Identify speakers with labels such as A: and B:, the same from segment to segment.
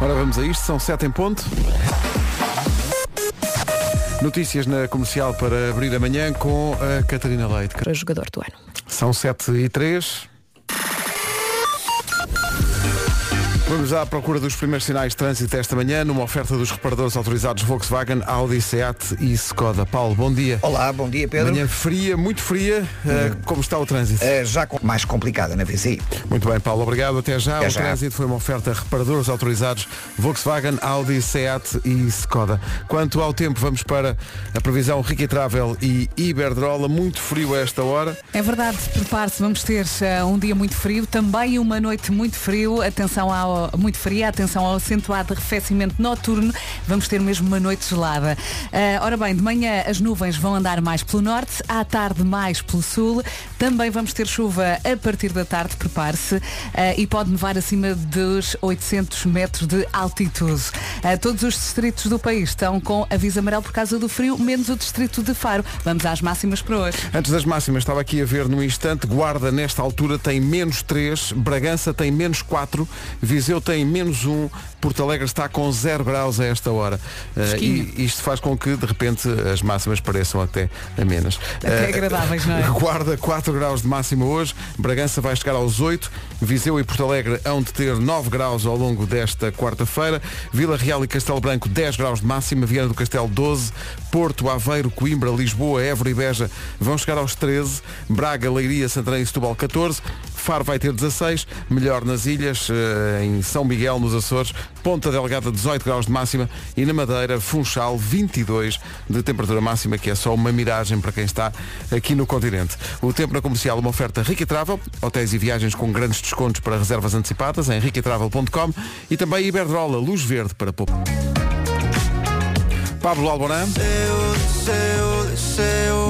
A: Ora, vamos a isto, são sete em ponto. Notícias na comercial para abrir amanhã com a Catarina Leite.
B: para jogador do ano.
A: São 7 e 3. Vamos à procura dos primeiros sinais de trânsito esta manhã, numa oferta dos reparadores autorizados Volkswagen, Audi, Seat e Skoda. Paulo, bom dia.
C: Olá, bom dia Pedro.
A: Manhã fria, muito fria. Uh, como está o trânsito?
C: Eh, já com- mais complicada na VCI.
A: Muito bem, Paulo, obrigado. Até já.
C: Até
A: o
C: já.
A: trânsito foi uma oferta reparadores autorizados Volkswagen, Audi, Seat e Skoda. Quanto ao tempo, vamos para a previsão Ricky Travel e Iberdrola. Muito frio a esta hora.
D: É verdade, prepare-se, vamos ter eh, um dia muito frio, também uma noite muito frio, atenção ao muito fria, atenção ao acentuado arrefecimento noturno, vamos ter mesmo uma noite gelada. Eh, ora bem, de manhã as nuvens vão andar mais pelo norte, à tarde mais pelo sul, também vamos ter chuva a partir da tarde, prepare-se, eh, e pode nevar acima dos 800 metros de altitude. Eh, todos os distritos do país estão com aviso amarelo por causa do frio, menos o distrito de Faro. Vamos às máximas para hoje.
A: Antes das máximas, estava aqui a ver no instante, Guarda nesta altura tem menos 3, Bragança tem menos 4, Viseu tem menos 1, Porto Alegre está com 0 graus a esta hora. Eh,
D: Fresquinho.
A: e isto faz com que, de repente, as máximas pareçam até amenas.
D: Até
A: Eh,
D: agradáveis, não é?
A: Guarda 4 graus de máxima hoje, Bragança vai chegar aos 8, Viseu e Porto Alegre hão de ter 9 graus ao longo desta quarta-feira, Vila Real e Castelo Branco 10 graus de máxima, Viana do Castelo 12, Porto, Aveiro, Coimbra, Lisboa, Évora e Beja vão chegar aos 13, Braga, Leiria, Santarém e Setúbal 14, Faro vai ter 16, melhor nas ilhas, eh, em São Miguel, nos Açores, Ponta Delgada 18 graus de máxima e na Madeira, Funchal 22 de temperatura máxima, que é só uma miragem para quem está aqui no continente. O tempo na comercial, uma oferta Rica Travel, hotéis e viagens com grandes descontos para reservas antecipadas em ricatravel.com e também Iberdrola, luz verde para pouco. Pablo Alboran.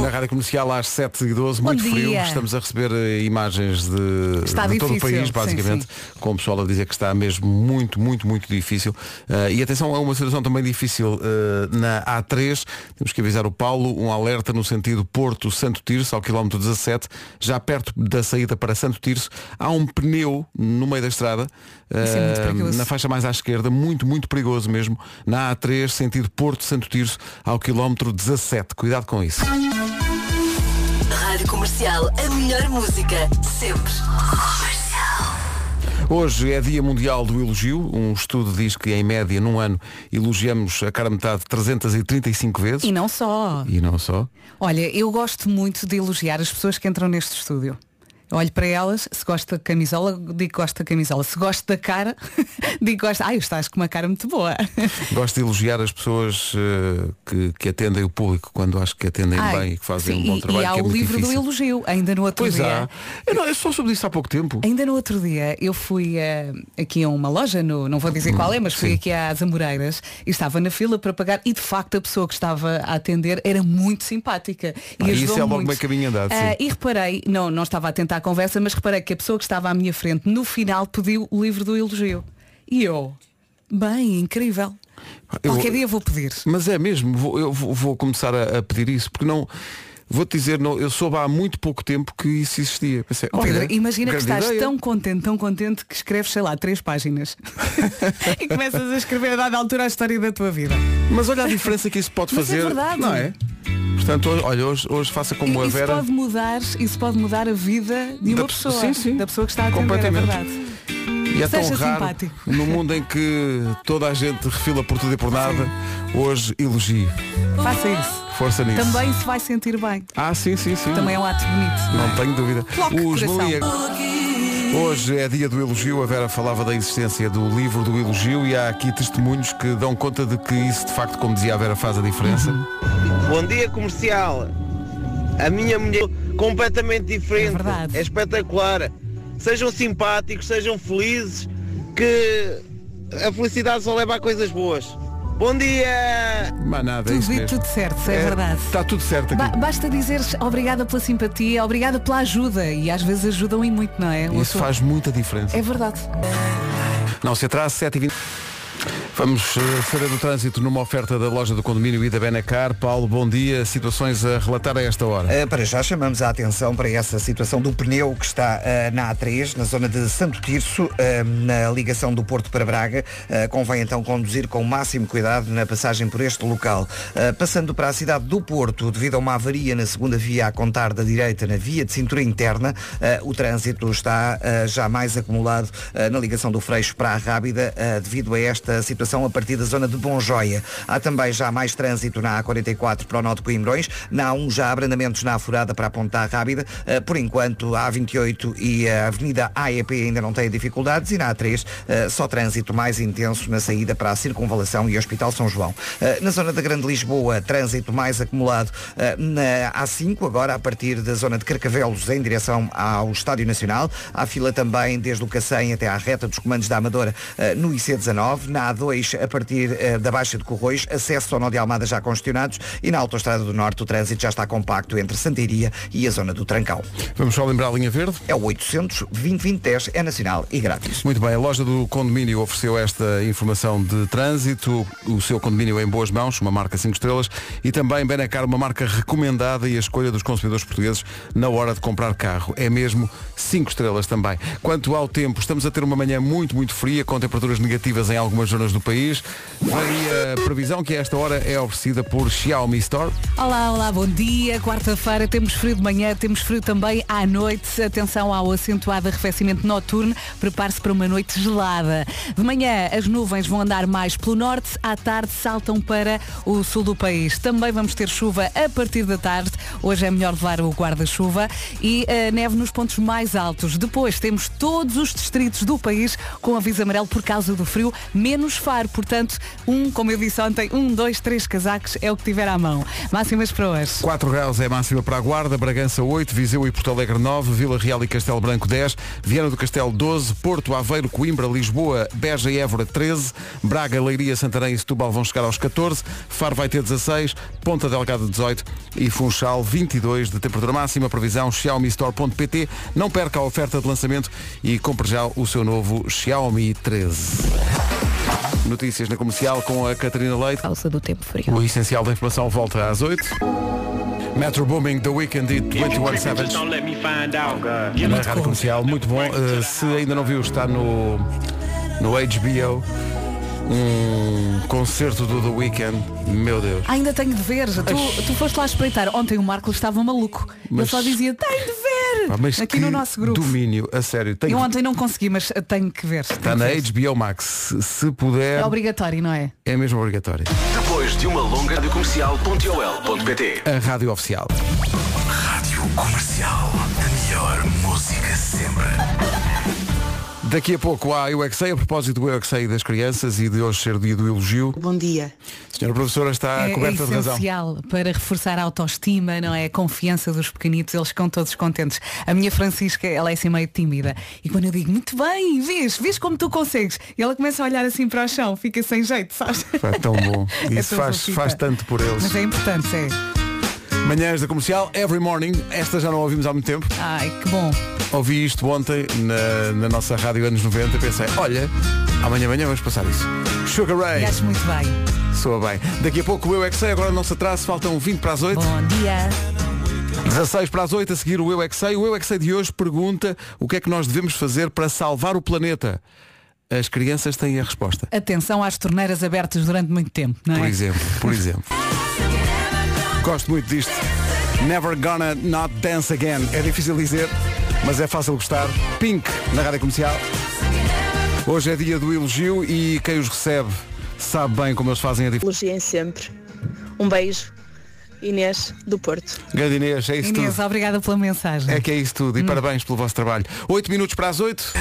A: Na rádio comercial às 7h12,
D: Bom
A: muito frio.
D: dia.
A: Estamos a receber eh, imagens de,
D: Está
A: de todo o
D: difícil,
A: país,
D: sim,
A: basicamente,
D: sim.
A: com o pessoal a dizer que está mesmo muito, muito, muito difícil. Eh, e atenção, é uma situação também difícil eh, na A3. Temos que avisar o Paulo, um alerta no sentido Porto-Santo Tirso, ao quilómetro 17, já perto da saída para Santo Tirso. Há um pneu no meio da estrada,
D: Isso é muito
A: eh,
D: perigoso.
A: na faixa mais à esquerda, muito, muito perigoso mesmo, na A3, sentido Porto-Santo Tirso, ao quilómetro 17. Cuidado com isso.
E: Rádio Comercial, a melhor música, sempre. Comercial.
A: Hoje é Dia Mundial do Elogio. Um estudo diz que, em média, num ano, elogiamos a cara metade 335 vezes.
D: E não só.
A: E não só.
D: Olha, eu gosto muito de elogiar as pessoas que entram neste estúdio. Eu Olho para elas, se gosta da camisola, digo que gosto da camisola. Se gosto da cara, digo que gosto. Ai, estás com uma cara muito boa.
A: Gosto de elogiar as pessoas eh, que, que atendem o público quando acho que atendem
D: Ai,
A: bem e que fazem
D: sim,
A: um bom
D: e-
A: trabalho.
D: E há
A: que é
D: o
A: muito
D: livro
A: difícil.
D: do elogio, é? ainda no outro
A: Pois
D: dia.
A: há. Eu, não, eu só soube disso há pouco tempo.
D: Ainda no outro dia eu fui eh, aqui a uma loja, no, não vou dizer qual é, mas fui
A: sim.
D: aqui às Amoreiras e estava na fila para pagar e de facto a pessoa que estava a atender era muito simpática.
A: Ah,
D: e
A: isso
D: ajudou
A: é logo
D: muito.
A: meio caminho andado,
D: Ah,
A: sim.
D: e reparei, não, não estava a tentar a conversa, mas reparei que a pessoa que estava à minha frente no final pediu o livro do elogio. E eu, bem, incrível.
A: Eu-
D: Qualquer dia vou pedir.
A: Mas é mesmo, vou- eu vou, vou começar a, a pedir isso, porque não. Vou-te dizer, não, eu soube há muito pouco tempo que isso existia. Pensei,
D: Oh, Pedro,
A: olha,
D: imagina que
A: grande
D: estás
A: ideia.
D: tão contente, tão contente que escreves, sei lá, três páginas e começas a escrever a dada altura a história da tua vida.
A: Mas olha a diferença que isso pode
D: Mas é
A: fazer.
D: verdade.
A: Não é? Portanto, hoje- olha, hoje, hoje faça como
D: E-
A: a
D: isso
A: Vera.
D: pode mudar, isso pode mudar a vida de
A: Da
D: uma
A: pessoa-
D: pessoa,
A: sim, sim.
D: da pessoa que está a atender, é
A: Completamente.
D: verdade.
A: e é tão
D: seja
A: raro
D: simpático.
A: no mundo em que toda a gente refila por tudo e por nada. Hoje elogio.
D: Faça isso.
A: Força nisso.
D: Também se vai sentir bem.
A: Ah, sim, sim, sim.
D: Também é um ato bonito.
A: Não tenho dúvida.
D: Coloque
A: Os
D: coração.
A: Malia- Hoje é dia do elogio, a Vera falava da existência do livro do elogio e há aqui testemunhos que dão conta de que isso de facto, como dizia a Vera, faz a diferença.
D: Uhum.
F: Bom dia comercial. A minha mulher completamente diferente.
D: É verdade.
F: É espetacular. Sejam simpáticos, sejam felizes, que a felicidade só leva a coisas boas. Bom dia!
A: Mas nada, é tá- isso
D: Tudo e
A: mesmo.
D: tudo certo, é, verdade.
A: Está tudo certo aqui.
D: Ba- basta dizeres obrigada pela simpatia, obrigada pela ajuda e às vezes ajudam e muito, não é? Uma
A: Isso
D: pessoa-
A: faz muita diferença.
D: É verdade.
A: Não se atrasa, 7h20. Vamos eh, saber do trânsito numa oferta da loja do condomínio e da Benacar. Paulo, bom dia. Situações a relatar a esta hora.
C: Uh, Para já chamamos a atenção para essa situação do pneu que está uh, na A3, na zona de Santo Tirso, uh, na ligação do Porto para Braga. Uh, Convém então conduzir com o máximo cuidado na passagem por este local. Uh, Passando para a cidade do Porto, devido a uma avaria na segunda via a contar da direita na via de cintura interna, uh, o trânsito está uh, já mais acumulado uh, na ligação do Freixo para a Rábida, uh, devido a esta situação a partir da zona de Bonjoia. Há também já mais trânsito na A44 para o Nó de Coimbrões, na A1 já abrandamentos na Afurada para a Ponta Rábida, eh, por enquanto a A28 e a Avenida AEP ainda não têm dificuldades e na A3 eh, só trânsito mais intenso na saída para a Circunvalação e Hospital São João. Eh, Na zona da Grande Lisboa, trânsito mais acumulado eh, na A5, agora a partir da zona de Carcavelos em direção ao Estádio Nacional, há fila também desde o Cacém até à reta dos comandos da Amadora eh, no IC19, na A2 a partir eh, da Baixa de Corroios, acesso ao Nó de Almada já congestionados e na Autostrada do Norte o trânsito já está compacto entre Santiria e a zona do Trancão.
A: Vamos só lembrar a linha verde.
C: É o 800 2010 é nacional e grátis.
A: Muito bem, a loja do condomínio ofereceu esta informação de trânsito, o seu condomínio em boas mãos, uma marca 5 estrelas, e também Benacar, uma marca recomendada e a escolha dos consumidores portugueses na hora de comprar carro. É mesmo 5 estrelas também. Quanto ao tempo, estamos a ter uma manhã muito, muito fria, com temperaturas negativas em algumas zonas do país. Vem a previsão que a esta hora é oferecida por Xiaomi Store.
D: Olá, olá, bom dia. Quarta-feira temos frio de manhã, temos frio também à noite. Atenção ao acentuado arrefecimento noturno. Prepare-se para uma noite gelada. De manhã as nuvens vão andar mais pelo norte, à tarde saltam para o sul do país. Também vamos ter chuva a partir da tarde. Hoje é melhor levar o guarda-chuva e eh, neve nos pontos mais altos. Depois temos todos os distritos do país com aviso amarelo por causa do frio, menos faro. Portanto, um, como eu disse ontem, um, dois, três casacos é o que tiver à mão. Máximas para hoje.
A: 4 graus é a máxima para a Guarda, Bragança 8, Viseu e Porto Alegre 9, Vila Real e Castelo Branco 10, Viana do Castelo 12, Porto, Aveiro, Coimbra, Lisboa, Beja e Évora 13, Braga, Leiria, Santarém e Setúbal vão chegar aos 14, Faro vai ter 16, Ponta Delgada 18 e Funchal 22 de temperatura máxima, previsão Xiaomi Store.pt. Não perca a oferta de lançamento e compre já o seu novo Xiaomi 13. Notícias na comercial com a Catarina Leite.
B: causa do tempo frio.
A: O essencial da informação volta às 8. Metro Booming, The Weekend e 21 Savage. Na rádio comercial, muito bom. Uh, se ainda não viu, está no, no HBO. Um concerto do The Weekend. Meu Deus.
D: Ainda tenho de ver. Tu, tu foste lá espreitar. Ontem o Marco estava maluco. Ele
A: Mas-
D: só dizia, tenho de ver!
A: Pá, Ah, mas
D: Aqui
A: que
D: no nosso grupo.
A: Domínio, a sério. Tem,
D: Eu ontem não consegui, mas eh, tenho que ver.
A: está
D: Tenho
A: na
D: que ver.
A: HBO Max. Se, se puder,
D: É obrigatório, não é?
A: é mesmo obrigatório.
G: Depois de uma longa de comercial.ol.pt
A: A rádio oficial.
G: Rádio Comercial. A melhor música sempre.
A: Daqui a pouco há Eu é que Sei, a propósito do Eu é que Sei e das crianças e de hoje ser dia do elogio.
H: Bom dia.
A: Senhora professora está
D: é,
A: Ah, coberta
D: é
A: de razão.
D: essencial para reforçar a autoestima, não é? A confiança dos pequenitos, eles ficam todos contentes. A minha Francisca, ela é assim meio tímida. E quando eu digo, muito bem, vês, vês como tu consegues. E ela começa a olhar assim para o chão, fica sem jeito, sabes?
A: Pá, tão bom.
D: É
A: Isso
D: tão
A: faz,
D: fofinha.
A: faz tanto por eles.
D: Mas é importante, é.
A: Manhãs da comercial, every morning. Esta já não a ouvimos há muito tempo.
D: Ai, que bom.
A: Ouvi isto ontem na, na nossa rádio anos 90 e pensei, olha, amanhã amanhã vamos passar isso. Sugar
D: E
A: Ray,
D: acho muito bem.
A: soa bem. Daqui a pouco o Eu é que sei, agora não se atrase, faltam 20 para as 8.
D: Bom dia.
A: 16 para as 8, a seguir o Eu é que sei. O Eu é que sei de hoje pergunta o que é que nós devemos fazer para salvar o planeta. As crianças têm a resposta.
D: Atenção às torneiras abertas durante muito tempo, não é?
A: Por exemplo, por exemplo. Gosto muito disto. Never gonna not dance again. É difícil dizer, mas é fácil gostar. Pink, na rádio comercial. Hoje é dia do elogio e quem os recebe sabe bem como eles fazem a diferença.
I: Elogiem sempre. Um beijo. Inês, do Porto.
A: Grande Inês, é isso
D: Inês,
A: tudo.
D: obrigada pela mensagem.
A: É que é isso tudo e parabéns pelo vosso trabalho. 8 minutos para as 8.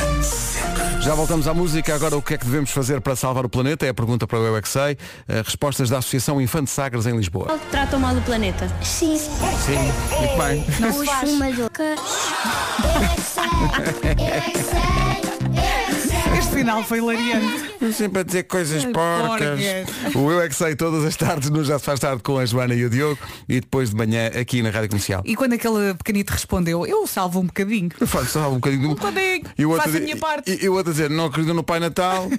A: Já voltamos à música. Agora o que é que devemos fazer para salvar o planeta? É a pergunta para o Eu é Que Sei. Eh, Respostas da Associação Infante Sagres em Lisboa.
B: Tratam mal do planeta.
J: Sim,
A: Sim, muito bem.
J: os fumadores. Eu é que sei, eu é que sei, eu é que sei.
D: Este final foi hilariante.
A: Sempre a dizer coisas porcas.
D: porcas.
A: O Eu é que sei todas as tardes no Já se faz tarde com a Joana e o Diogo e depois de manhã aqui na Rádio Comercial.
D: E quando aquele pequenito respondeu, eu salvo um bocadinho.
A: Eu falo só um bocadinho.
D: Um bocadinho,
A: E o outro
D: faço a
A: di-
D: minha parte.
A: E, e o outro a dizer, não acredito no Pai Natal.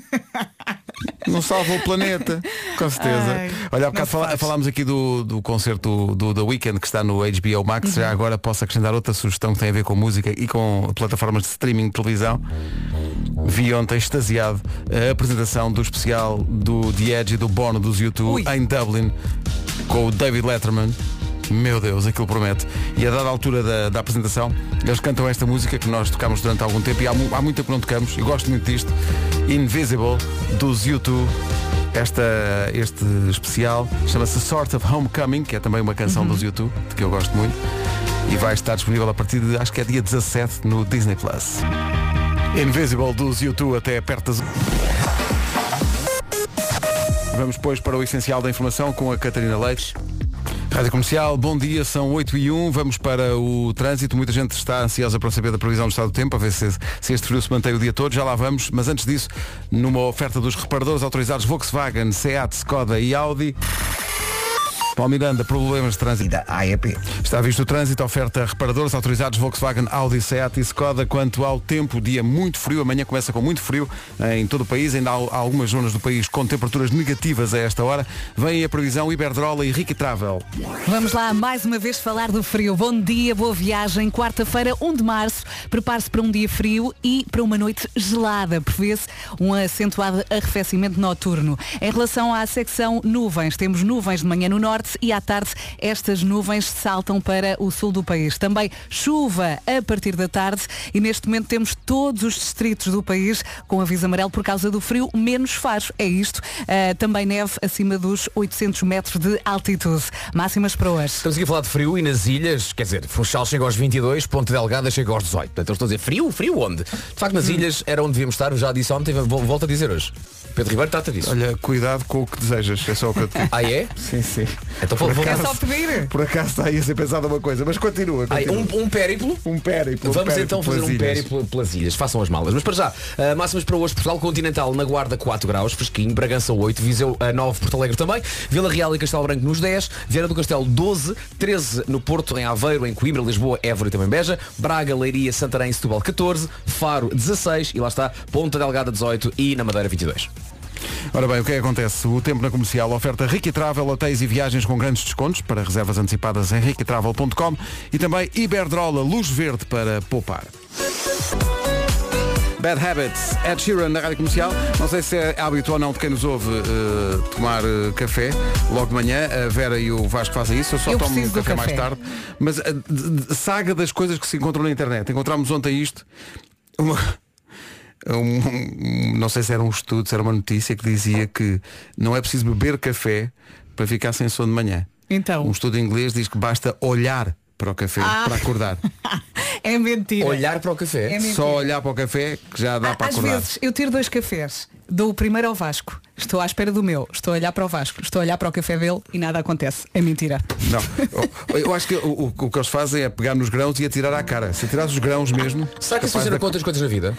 A: Não salva o planeta, com certeza.
D: Ai,
A: Olha, há
D: não
A: bocado fala-
D: faz.
A: falámos aqui do, do concerto do The Weeknd que está no HBO Max. Já
D: Uhum.
A: agora posso acrescentar outra sugestão que tem a ver com música e com plataformas de streaming de televisão. Vi ontem, extasiado, a apresentação do especial do The Edge e do Bono dos YouTube
D: Ui.
A: em Dublin com o David Letterman. Meu Deus, aquilo promete. E a dada altura da, da apresentação, eles cantam esta música que nós tocámos durante algum tempo e há, mu- há muita que não tocamos, e gosto muito disto. Invisible, dos YouTube. Esta, este especial chama-se Sort of Homecoming, que é também uma canção dos YouTube, de que eu gosto muito. E vai estar disponível a partir de, acho que é dia 17, no Disney Plus. Invisible dos YouTube até perto das. Vamos, pois, para o essencial da informação com a Catarina Leite. Rádio Comercial, bom dia, são 8 e 1, vamos para o trânsito. Muita gente está ansiosa para saber da previsão do estado do tempo, a ver se, se este frio se mantém o dia todo, já lá vamos. Mas antes disso, numa oferta dos reparadores autorizados Volkswagen, Seat, Skoda e Audi. Paulo Miranda, problemas de trânsito.
C: E da AEP.
A: Está visto o trânsito, oferta a reparadores autorizados Volkswagen, Audi, Seat e Skoda. Quanto ao tempo, dia muito frio. Amanhã começa com muito frio em todo o país. Ainda há há algumas zonas do país com temperaturas negativas a esta hora. Vem aí a previsão Iberdrola e Ricky Travel.
D: Vamos lá mais uma vez falar do frio. Bom dia, boa viagem. Quarta-feira, 1 de março. Prepare-se para um dia frio e para uma noite gelada. Prevê-se um acentuado arrefecimento noturno. Em relação à secção nuvens, temos nuvens de manhã no norte e à tarde estas nuvens saltam para o sul do país. Também chuva a partir da tarde e neste momento temos todos os distritos do país com aviso amarelo por causa do frio, menos Faro. É isto. Ah, também neve acima dos 800 metros de altitude. Máximas para hoje.
H: Estamos aqui a falar de frio e nas ilhas, quer dizer, Funchal chega aos 22, Ponte Delgada chega aos 18. Portanto, eu estou a dizer frio, frio onde? De facto, nas ilhas era onde devíamos estar, eu já disse ontem, vol- volto a dizer hoje. Pedro Ribeiro trata disso.
A: Olha, cuidado com o que desejas. É só o que eu te
H: Ah, é?
A: Sim, sim.
H: Então vou, vou...
D: É só pedir.
A: Por acaso está aí a ser pensada uma coisa, mas continua.
H: Ai,
A: continua.
H: um, um périplo.
A: um périplo. um
H: Vamos
A: périplo
H: então fazer
A: pelas
H: um
A: ilhas.
H: périplo pelas ilhas. Façam as malas. Mas para já, ah, máximas para hoje, Portugal Continental na Guarda 4 graus, Fresquinho, Bragança 8, Viseu a 9, Porto Alegre também, Vila Real e Castelo Branco nos 10, Vieira do Castelo 12, 13 no Porto, em Aveiro, em Coimbra, Lisboa, Évora e também Beja, Braga, Leiria, Santarém, Setúbal 14, Faro 16 e lá está Ponta Delgada 18 e na Madeira 22.
A: Ora bem, o que é que acontece? O tempo na comercial oferta Ricky Travel, hotéis e viagens com grandes descontos para reservas antecipadas em riquitravel.com e também Iberdrola, luz verde para poupar. Bad Habits, Ed Sheeran na rádio comercial. Não sei se é hábito ou não de quem nos ouve eh, tomar eh, café logo de manhã. A Vera e o Vasco fazem isso. Eu só
D: Eu
A: tomo
D: preciso do
A: café mais
D: café.
A: tarde. Mas a saga das coisas que se encontram na internet. Encontramos ontem isto. Uma- um- um- não sei se era um estudo, se era uma notícia que dizia que não é preciso beber café para ficar sem sono de manhã. Um
D: Então.
A: estudo inglês diz que basta olhar para o café
D: Ah.
A: para acordar.
D: É mentira.
H: Olhar para o café.
D: É mentira.
A: Só olhar para o café que já dá
D: Ah,
A: para
D: Às
A: acordar.
D: vezes eu tiro dois cafés, dou o primeiro ao Vasco, estou à espera do meu, estou a olhar para o Vasco, estou a olhar para o café dele e nada acontece. É mentira.
A: Não, eu, eu acho que o, o- o que eles fazem é pegar nos grãos e atirar à cara. Se atirares os grãos mesmo,
H: Será que
A: capaz
H: isso funciona
A: de-
H: com outras coisas na vida?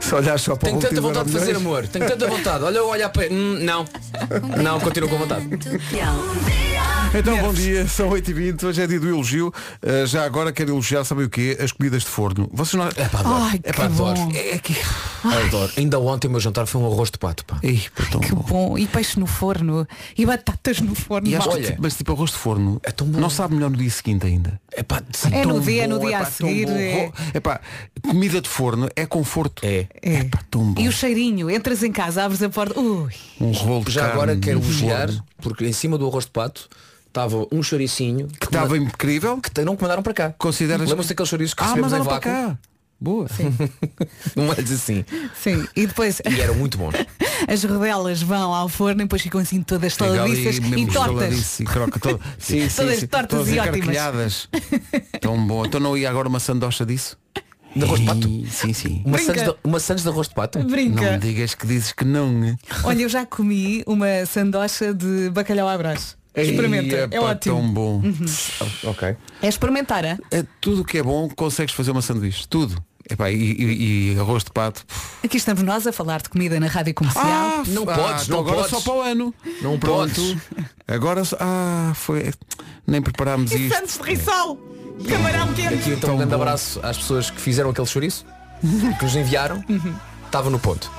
A: se olhar só para
H: Tenho
A: o
H: tanta
A: último
H: vontade de
A: euro
H: fazer
A: milhões-
H: amor. Tenho tanta vontade. Olha, eu olhar para. Hum, não. Não, continuo com vontade.
A: Então bom dia, são 8h20, hoje é dia do elogio. Uh, já agora quero elogiar, sabem o quê? As comidas de forno. Vocês não.
H: É pá, adoro.
D: Ai,
H: é pá,
D: que
H: adoro.
D: bom.
H: É que... Adoro. Ainda ontem o meu jantar foi um arroz de pato, pá.
A: Ei, pá, tão
D: Que
A: bom.
D: bom. E peixe no forno. E batatas no forno.
A: E acho
D: Mal.
A: que,
H: Olha.
A: tipo- mas tipo arroz de forno
H: É tão bom.
A: não sabe melhor no dia seguinte ainda.
H: É pá,
D: É
A: Tão
D: no dia,
A: bom,
D: no dia
A: é
D: a
A: pá, tão
D: seguir,
A: bom.
D: é.
A: É pá, comida de forno é conforto.
H: É.
A: É, pá, tão bom.
D: E o cheirinho, entras em casa, abres a porta. Ui.
A: Um rolo de
H: Já
A: carne
H: agora quero
A: no forno.
H: elogiar, porque em cima do arroz de pato estava um choricinho
A: Que estava incrível.
H: que não comandaram para cá.
A: Consideras-
H: Lembram-se daqueles chouriços que
A: Ah, mas
H: recebemos em
A: olha para
H: vácuo?
A: cá. Boa.
H: Não é assim.
D: Sim. E depois
H: E eram muito bons.
D: as rodelas vão ao forno e depois ficam assim todas
A: Legal,
D: taladiças
A: e mesmo
D: e tortas.
A: estaladiço e croca todo. Sim, sim,
D: Todas
A: sim,
D: tortas
A: todas
D: e ótimas.
A: encarquilhadas. Tão bom. Então não ia agora uma sandocha disso?
H: De arroz de pato?
A: Ih, Sim, sim.
H: Uma
D: Brinca.
H: sandes de, uma sandes de arroz de pato?
A: Não me
D: Brinca.
A: digas que dizes que não.
D: Olha, eu já comi uma sandocha de bacalhau à brás.
A: Ei,
D: Experimenta, é
A: pá,
D: ótimo.
A: Tão bom.
H: Ok.
D: É experimentar, é?
A: É tudo o que é bom consegues fazer uma sanduíche. Tudo. Epá, e, e- e arroz de pato.
D: Aqui estamos nós a falar de comida na rádio comercial.
H: um- não
A: ah,
H: podes,
A: então
H: não
A: agora
H: podes.
A: só para o ano.
H: Não
A: Pronto.
H: podes.
A: Agora só. Ah, foi. Nem preparámos
D: E
A: isto.
D: Santos de Rissol, camarão
H: Aqui
D: quente.
H: então
A: Tão
H: um grande
A: bom.
H: abraço às pessoas que fizeram aquele chouriço, que nos enviaram. Estava no ponto.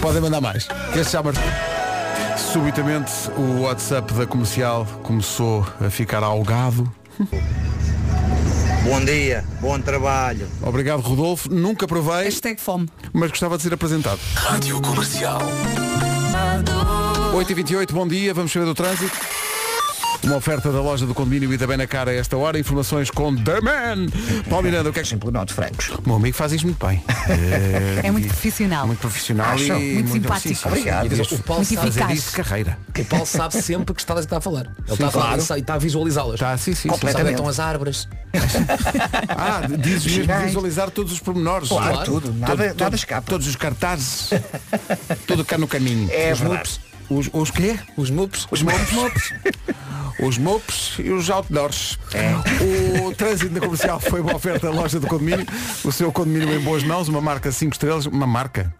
A: Podem mandar mais. Que este já marcou. Subitamente o WhatsApp da comercial começou a ficar algado.
K: Bom dia, bom trabalho.
A: Obrigado, Rodolfo. Nunca provei.
D: Hashtag fome.
A: Mas gostava de ser apresentado.
G: Rádio Comercial.
A: 8h28, bom dia. Vamos saber do trânsito. Uma oferta da loja do condomínio e da Benacar a esta hora. Informações com The Man. Paulo Miranda, o que é que...
C: Simples não, de francos.
A: O meu amigo faz isto muito bem. É,
D: É muito profissional.
A: muito profissional
D: Acham?
A: e
D: Muito
A: sim,
D: simpático.
A: sim, sim.
C: Obrigado.
A: E diz,
H: O Paulo
A: "Faz
H: sabe
A: fazer
D: eficaz.
A: disso carreira.
H: O Paulo sabe sempre que estradas está a falar. Ele está a falar
C: claro.
H: e sa- e está a visualizá-las.
A: Tá, sim, sim, sim.
H: Sabe onde
C: Completamente.
H: estão as árvores.
A: Ah, dizes mesmo
C: Girais.
A: visualizar todos os pormenores.
C: Claro,
H: Claro.
C: tudo. Nada,
A: Todo-
C: nada
A: todo-
C: escapa.
A: Todos os cartazes. tudo cá no caminho.
C: É
A: os
C: verdade.
A: mopes. Os, os quê?
H: Os mupes.
A: Os mopes. Os mopes e os outdoors. O trânsito na comercial foi uma oferta da loja do condomínio. O seu condomínio em boas mãos, uma marca 5 estrelas, uma marca.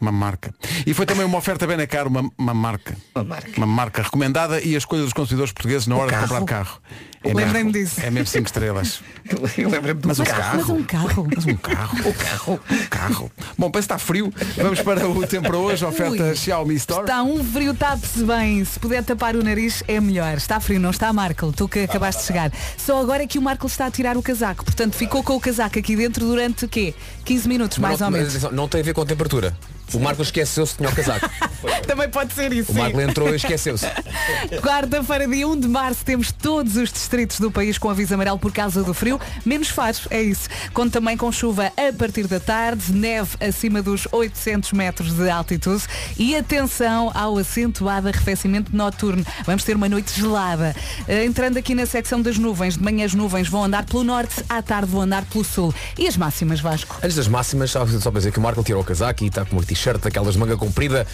A: Uma marca. E foi também uma oferta bem na cara, uma, uma marca.
C: Uma marca.
A: Uma marca recomendada e a escolha dos consumidores portugueses na hora de
C: carro?
A: comprar carro. É
D: Lembrei-me
A: mesmo-
D: disso.
A: É mesmo 5 estrelas.
C: Eu lembro-me do
A: Mas o
C: carro.
A: carro.
D: Mas um carro.
A: Mas um carro. O carro. Um carro. Bom, parece que está frio. Vamos para o tempo para hoje. Oferta
D: Ui.
A: Xiaomi Store.
D: Está um frio, tape-se bem. Se puder tapar o nariz, é melhor. Está frio, não está, Marco? Tu que acabaste de chegar. Só agora é que o Marco está a tirar o casaco. Portanto, ficou com o casaco aqui dentro durante o quê? 15 minutos, mais
H: não,
D: ou
H: mas
D: menos.
H: atenção, não tem a ver com a temperatura. O Marco esqueceu-se de tinha o casaco.
D: Também pode ser isso.
H: O
D: sim.
H: Marco entrou e esqueceu-se.
D: Quarta-feira, dia 1 de março, temos todos os distritos do país com aviso amarelo por causa do frio, menos Faro, é isso. Conto também com chuva a partir da tarde, neve acima dos 800 metros de altitude e atenção ao acentuado arrefecimento noturno. Vamos ter uma noite gelada. Eh, Entrando aqui na secção das nuvens, de manhã as nuvens vão andar pelo norte, à tarde vão andar pelo sul. E as máximas, Vasco?
H: Antes das máximas, só, só para dizer que o Marco tirou o casaco e está com uma t-shirt daquelas de manga comprida,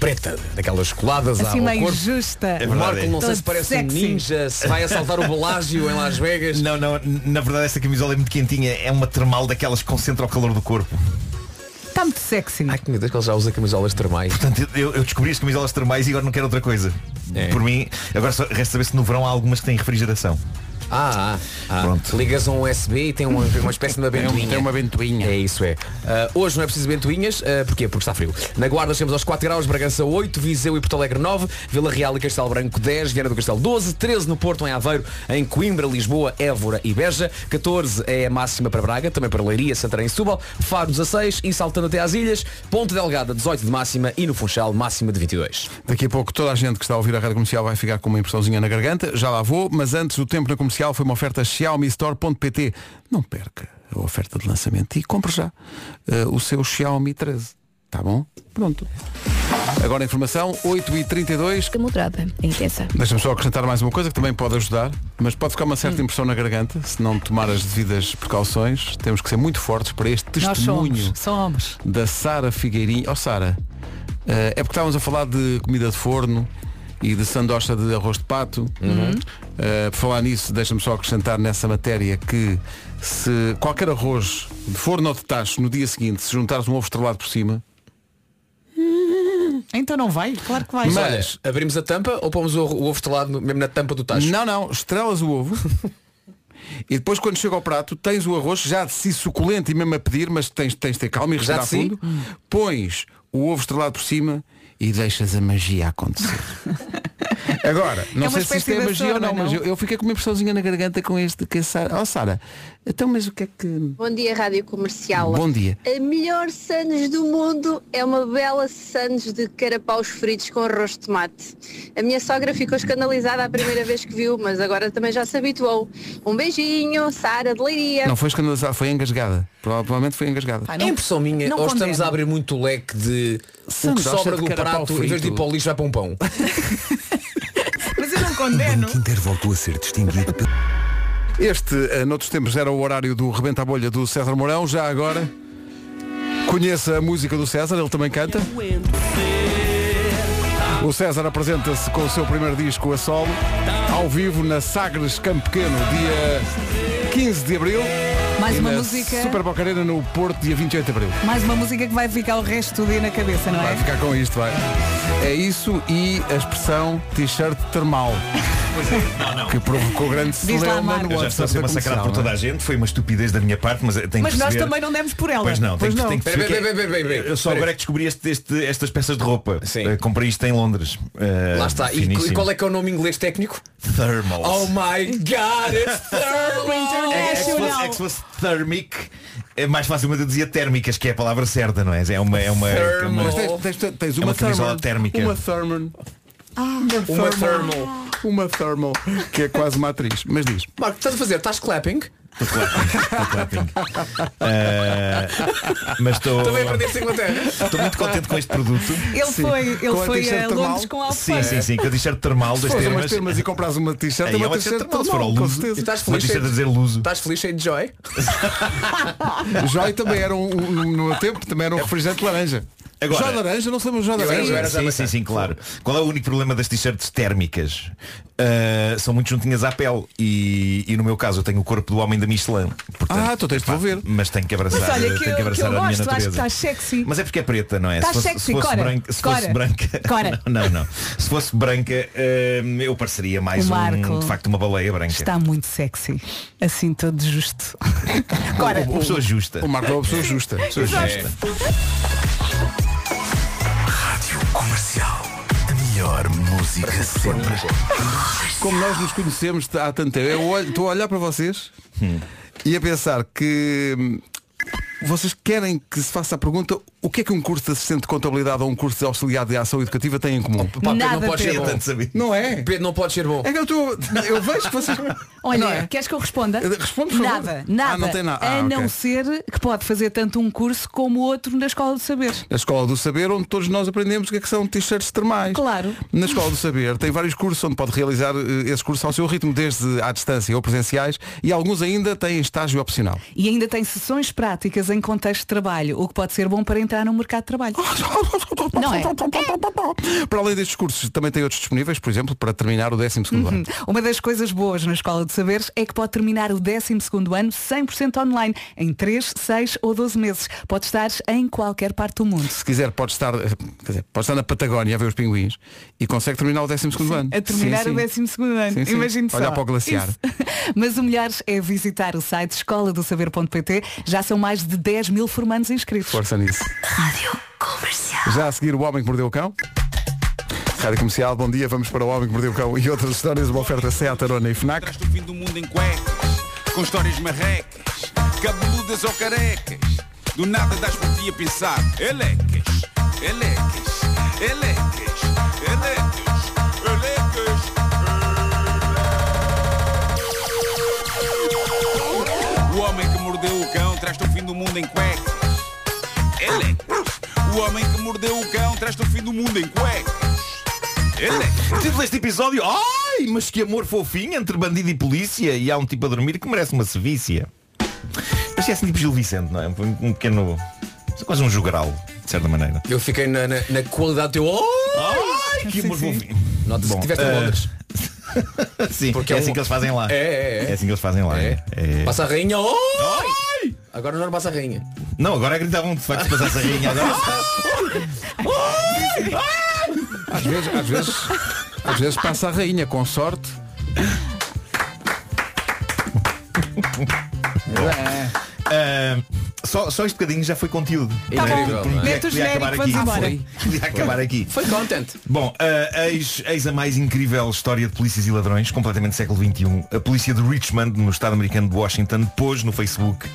H: preta, daquelas coladas
D: Assim
H: ao
D: meio
H: corpo. É
D: justa.
L: É
H: o Marco não sei
D: Todo
H: se parece um
D: sexy.
H: ninja, se vai assaltar o Belágio em Las Vegas.
L: Não, não, na verdade essa camisola é muito quentinha, é uma termal daquelas que concentra o calor do corpo.
D: Está muito sexy.
H: Ai que meu Deus que ele já usa camisolas termais.
L: Portanto, eu, eu descobri as camisolas termais e agora não quero outra coisa.
H: É.
L: Por mim, agora só resta saber se no verão há algumas que têm refrigeração.
H: Ah, ah, ah.
L: Pronto.
H: Ligas a um USB e tem uma, uma espécie de uma
A: Tem um-
H: ventoinha.
A: tem uma ventoinha.
H: É isso, é. Ah, hoje não é preciso ventoinhas, ah, porquê? Porque está frio. Na Guarda chegamos aos 4 graus, Bragança 8, Viseu e Porto Alegre 9, Vila Real e Castelo Branco 10, Viana do Castelo 12, 13 no Porto, em Aveiro, em Coimbra, Lisboa, Évora e Beja, 14 é a máxima para Braga, também para Leiria, Santarém e Setúbal, Faro 16 e saltando até às ilhas, Ponte Delgada 18 de máxima e no Funchal máxima de 22.
A: Daqui a pouco toda a gente que está a ouvir a rádio comercial vai ficar com uma impressãozinha na garganta. Já lá vou, mas antes o tempo na comercial foi uma oferta xiaomistore.pt. Não perca a oferta de lançamento e compre já eh, o seu Xiaomi 13. Tá bom? Pronto. Agora a informação, 8h32.
B: Que moderada, é intensa.
A: Deixa-me só acrescentar mais uma coisa que também pode ajudar, mas pode ficar uma certa
D: Hum.
A: impressão na garganta se não tomar as devidas precauções. Temos que ser muito fortes para este
D: Nós
A: testemunho
D: somos, somos.
A: da Sara Figueirinho. Ó Sara, eh, é porque estávamos a falar de comida de forno e de sandocha de arroz de pato. Eh, por falar nisso, deixa-me só acrescentar nessa matéria que se qualquer arroz de forno ou de tacho no dia seguinte, se juntares um ovo estrelado por cima,
D: Então não vai? Claro que vai.
H: Mas,
A: Mas-
H: olha, abrimos a tampa ou pomos o, o ovo estelado no- mesmo na tampa do tacho?
A: Não, não, estrelas o ovo. E depois quando chega ao prato, tens o arroz já de si suculento e mesmo a pedir, mas tens, tens de ter calma e
H: Já
A: respirar
H: de si?
A: fundo. Pões o ovo estrelado por cima e deixas a magia acontecer. Agora, não
D: É uma
A: sei se isto
D: espécie
A: é
D: da
A: magia ou
D: sorda,
A: não, mas
D: não?
A: eu, eu fiquei com uma impressãozinha na garganta com este que a Sara. Oh Sara, então mas o que é que.
M: Bom dia, Rádio Comercial.
A: Bom dia.
M: A melhor Sanos do mundo é uma bela Sanos de carapaus fritos com arroz de tomate. A minha sogra ficou escandalizada a primeira vez que viu, mas agora também já se habituou. Um beijinho, Sara de Leiria.
A: Não foi escandalizada, foi engasgada. Provavelmente foi engasgada.
D: Pá,
H: É
D: Ah, não-
H: impressão minha,
D: não
H: ou
D: condeno.
H: estamos a abrir muito o leque de o que
A: Sandocha
H: sobra
A: de
H: do
A: carapau
H: prato, em vez de ir
A: frito.
H: para o lixo vai para um pão.
D: Mas eu não condeno.
G: Quinter voltou a ser distinguido pelo...
A: Este, eh, noutros tempos, era o horário do Rebenta a Bolha do César Mourão. Já agora, conheça a música do César, ele também canta. O César apresenta-se com o seu primeiro disco a solo, ao vivo na Sagres Campo Pequeno, dia 15 de Abril.
D: Mais
A: e
D: uma
A: na
D: música.
A: Super Boca Arena no Porto, dia 28 de Abril.
D: Mais uma música que vai ficar o resto do dia na cabeça, não
A: Vai
D: é?
A: ficar com isto, vai. É isso e a expressão t-shirt termal.
L: Não, não.
A: Que provocou grande
D: Diz lá,
A: celeuma
D: Marco.
A: no
L: Eu já estou a
A: WhatsApp
L: ser
A: da
L: massacrado
A: comercial,
L: por toda a gente, foi uma estupidez da minha parte, mas eh, tenho
D: Mas
L: que
D: nós
L: perceber-
D: também não demos por ela.
L: Pois não,
D: Pois
L: tenho, que-
D: não.
L: tenho que
D: Pera,
L: perceber
D: pera,
L: que-
D: pera, pera, pera.
L: Eu só agora é que descobri este- este- estas peças de roupa. Eh, comprei isto em Londres. Eh,
H: Lá está. E,
L: finíssimo.
H: e qual é que é o nome inglês técnico?
L: Thermals.
H: Oh my god, it's thermal!
L: É, é que se fosse, é que se fosse thermic, é mais fácil, mas eu dizia térmicas, que é a palavra certa, não é? É uma. É uma, é uma
A: Mas tens, tens- tens
L: é
A: uma,
L: uma camisola
A: thermal,
L: térmica.
A: Uma thermal.
D: Ah,
H: Uma
A: Uma thermal. Que é quase uma atriz. Mas diz.
H: Marco, estás a fazer? Estás clapping?
L: Eh, mas estou.
H: Também aprendeste em Inglaterra.
L: Estou muito contente com este produto.
D: Ele foi, ele foi a Londres com a
L: Sim, sim,
D: alfândega.
L: sim, com a t-shirt termal
A: Se
L: das
A: fores a umas
L: Um termas.
A: termas e compras uma t-shirt,
L: Aí
A: é
L: é
A: uma
L: uma
A: t-shirt
L: t-shirt
A: termal,
L: termal,
A: com
L: Luso.
A: certeza.
L: E estás feliz Uma t-shirt a dizer luso.
H: Estás feliz cheio de joy?
A: Joy também era um, um- no meu tempo, também era um refrigerante de laranja.
L: É. Agora-
A: Joy de laranja, não se lembra de Joy de
L: Eu era- eu
A: laranja.
L: era sim, sim, sim, claro. Qual é o único problema das t-shirts térmicas? Ah, são muito juntinhas à pele e, e no meu caso eu tenho o corpo do homem da Michelin.
A: ah, tu tens de devolver.
L: Mas tenho que abraçar,
D: Mas olha, que
L: tenho
D: eu,
L: que
D: que
L: abraçar
D: eu
L: a minha
D: gosto, acho que
L: natureza.
D: estás sexy.
L: Mas é porque é preta, não é?
D: Tá
L: se fosse,
D: sexy,
L: se fosse
D: cora,
L: branca, se fosse
D: cora,
L: branca,
D: cora.
L: não, não, não. Se fosse branca, ah, eu pareceria mais
D: O
L: um,
D: Marco
L: de facto uma baleia branca.
D: Está muito sexy. Assim todo justo.
L: Uma- uma pessoa justa.
A: O Marco é uma pessoa justa.
L: Pessoa
A: Exato.
L: justa.
G: Comercial. A melhor música sempre.
A: Como nós nos conhecemos há tanto tempo, eu olho- estou a olhar para vocês e a pensar que hum, vocês querem que se faça a pergunta o que é que um curso de assistente de contabilidade ou um curso de auxiliar de ação educativa tem em comum?
H: Pá, Pedro, não Nada, pode ser Pedro. bom.
A: Não é?
H: Pedro, não pode ser bom.
A: É que eu estou. Eu vejo que vocês.
D: Olha,
A: Não é?
D: queres que eu responda?
A: Responde, por favor.
D: Nada, nada.
A: Ah, não tem nada. Ah,
D: a não
A: ok.
D: ser que pode fazer tanto um curso como outro na Escola de Saberes.
A: Na Escola do Saber, onde todos nós aprendemos o que é que são t-shirts termais.
D: Claro.
A: Na Escola do Saber tem vários cursos onde pode realizar eh, esses cursos ao seu ritmo, desde à distância ou presenciais, e alguns ainda têm estágio opcional.
D: E ainda tem sessões práticas em contexto de trabalho, o que pode ser bom para entrar no mercado de trabalho.
A: Oh,
D: Não é?
A: Para além destes cursos, também tem outros disponíveis, por exemplo, para terminar o 12 segundo ano.
D: Uhum. Uma das coisas boas na Escola de Saberes é que pode terminar o 12º ano 100% online, em 3, 6 ou 12 meses. Pode estar em qualquer parte do mundo.
A: Se quiser, pode estar, eh, quer dizer, pode estar na Patagónia a ver os pinguins e consegue terminar o 12 segundo ano.
D: A terminar
A: Sim,
D: o
A: sim.
D: 12 ano.
A: Sim, sim.
D: Imagine só.
A: Olhar para o glaciar.
D: Isso. Mas o melhor é visitar o site escola do saber.pt. Já são mais de 10 mil formandos inscritos.
A: Força nisso.
E: Rádio Comercial.
A: Já a seguir o Homem que Mordeu o Cão. Rádio Comercial, bom dia, vamos para o Homem que Mordeu o Cão e outras histórias, uma oferta Seat, Arona e FNAC.
N: do fim do mundo em cuecas, com histórias marrecas, cabeludas ou carecas. Do nada das por ti a pensar, elecas, elecas, elecas, elecas, elecas. O homem que mordeu o cão traz-te o fim do mundo em cuecas. Elecas. O homem que mordeu o cão traz-te o fim do mundo em cuecas.
L: Ele- Título deste episódio Ai, mas que amor fofinho entre bandido e polícia E há um tipo a dormir que merece uma sevícia Mas é assim tipo Gil Vicente, não é? Um- Um pequeno... isso é Quase um jogral, de certa maneira
H: Eu fiquei na, na, na qualidade do teu. Ai,
L: que amor fofinho.
H: Nota se
L: Bom,
H: estiveste em
L: eh,
H: Londres.
L: Sim,
H: Porque
L: é
H: é
L: assim
H: um-
L: que eles fazem lá
H: É, é, é.
L: assim que eles fazem lá é. É.
H: Passa a rainha. Ai! Agora não era passa a rainha.
L: Não, agora gritavam de facto se passasse a rainha agora... é-
A: Às vezes, às vezes, às vezes passa a rainha, com sorte.
L: Ah, só, só este bocadinho já foi conteúdo. é?
D: Tá bom.
L: Porque podia-
D: Mete o
L: podia
D: genérico,
L: acabar
D: vamos
L: aqui.
D: embora.
L: Foi. Podia acabar aqui.
H: Foi content.
L: Bom, ah, eis, eis a mais incrível história de polícias e ladrões, completamente século XXI. A polícia de Richmond, no estado americano de Washington, pôs no Facebook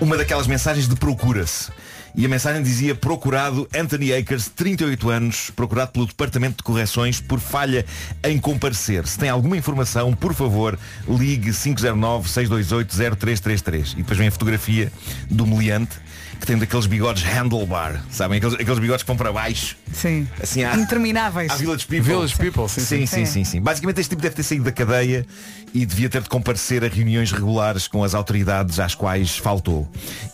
L: uma daquelas mensagens de procura-se. E a mensagem dizia procurado Anthony Akers, 38 anos, procurado pelo Departamento de Correções por falha em comparecer. Se tem alguma informação, por favor, ligue 509-628-0333. E depois vem a fotografia do meliante, que tem daqueles bigodes handlebar, sabem? Aqueles, aqueles bigodes que vão para baixo.
D: Sim.
L: Assim, à-
D: Intermináveis.
L: à Village People. sim, sim, sim, sim, sim. Basicamente este tipo deve ter saído da cadeia e devia ter de comparecer a reuniões regulares com as autoridades às quais faltou.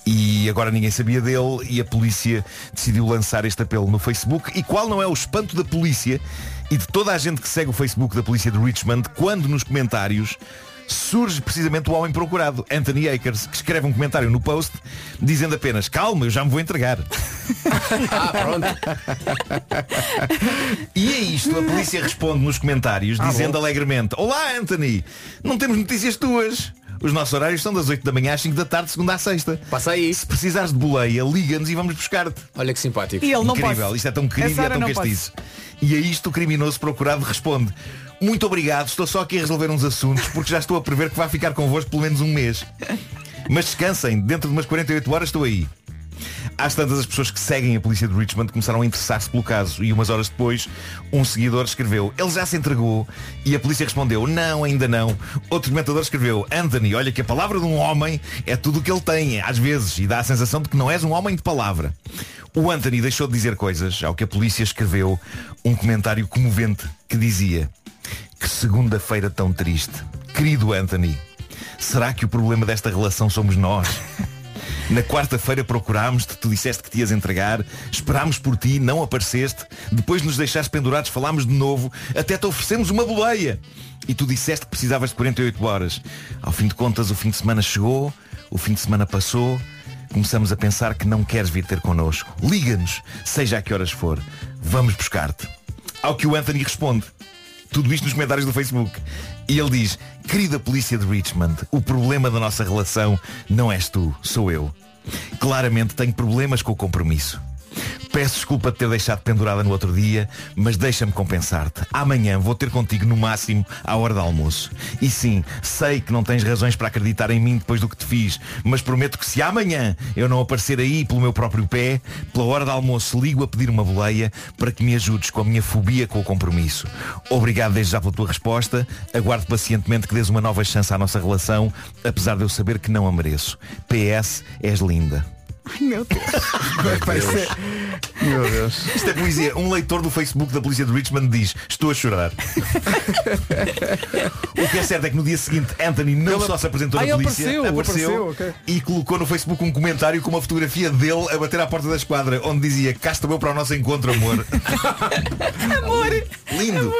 L: E agora ninguém sabia dele e a polícia decidiu lançar este apelo no Facebook. E qual não é o espanto da polícia e de toda a gente que segue o Facebook da polícia de Richmond quando nos comentários surge precisamente o homem procurado, Anthony Akers, que escreve um comentário no post dizendo apenas, calma, eu já me vou entregar.
H: Ah, pronto.
L: E é isto, a polícia responde nos comentários
N: Ah,
L: dizendo
N: bom.
L: alegremente Olá Anthony, não temos notícias tuas Os nossos horários são das 8 da manhã às 5 da tarde, segunda à sexta Passa aí Se precisares de boleia, liga-nos e vamos buscar-te
H: Olha que simpático
L: Incrível, isto é tão querido e é tão castiço E a isto o criminoso procurado responde Muito obrigado, estou só aqui a resolver uns assuntos Porque já estou a prever que vai ficar convosco pelo menos um mês Mas descansem, dentro de umas 48 horas estou aí às tantas as pessoas que seguem a polícia de Richmond começaram a interessar-se pelo caso e umas horas depois um seguidor escreveu ele já se entregou e a polícia respondeu não, ainda não. Outro comentador escreveu Anthony, olha que a palavra de um homem é tudo o que ele tem, às vezes, e dá a sensação de que não és um homem de palavra. O Anthony deixou de dizer coisas ao que a polícia escreveu um comentário comovente que dizia que segunda-feira tão triste. Querido Anthony, será que o problema desta relação somos nós? Na quarta-feira procurámos-te, tu disseste que te ias entregar, esperámos por ti, não apareceste, depois nos deixaste pendurados, falámos de novo, até te oferecemos uma boleia. E tu disseste que precisavas de 48 horas. Ao fim de contas, o fim de semana chegou, o fim de semana passou, começamos a pensar que não queres vir ter connosco. Liga-nos, seja a que horas for, vamos buscar-te. Ao que o Anthony responde, tudo isto nos comentários do Facebook. E ele diz, querida polícia de Richmond, o problema da nossa relação não és tu, sou eu. Claramente tenho problemas com o compromisso. Peço desculpa de ter deixado pendurada no outro dia, mas deixa-me compensar-te. Amanhã vou ter contigo no máximo à hora do almoço. E sim, sei que não tens razões para acreditar em mim depois do que te fiz, mas prometo que se amanhã eu não aparecer aí pelo meu próprio pé, pela hora do almoço ligo a pedir uma boleia para que me ajudes com a minha fobia com o compromisso. Obrigado desde já pela tua resposta. Aguardo pacientemente que dês uma nova chance à nossa relação, apesar de eu saber que não a mereço. PS, és linda.
D: Ai meu Deus.
A: Meu Deus.
L: Isto é poesia. Um leitor do Facebook da polícia de Richmond diz Estou a chorar. o que é certo é que no dia seguinte Anthony não só se apresentou
N: Ah,
L: na
N: ele
L: polícia
N: apareceu, apareceu, ok.
L: e colocou no Facebook um comentário com uma fotografia dele a bater à porta da esquadra onde dizia Cá estou eu para o nosso encontro, amor.
D: Amor.
L: Lindo. lindo,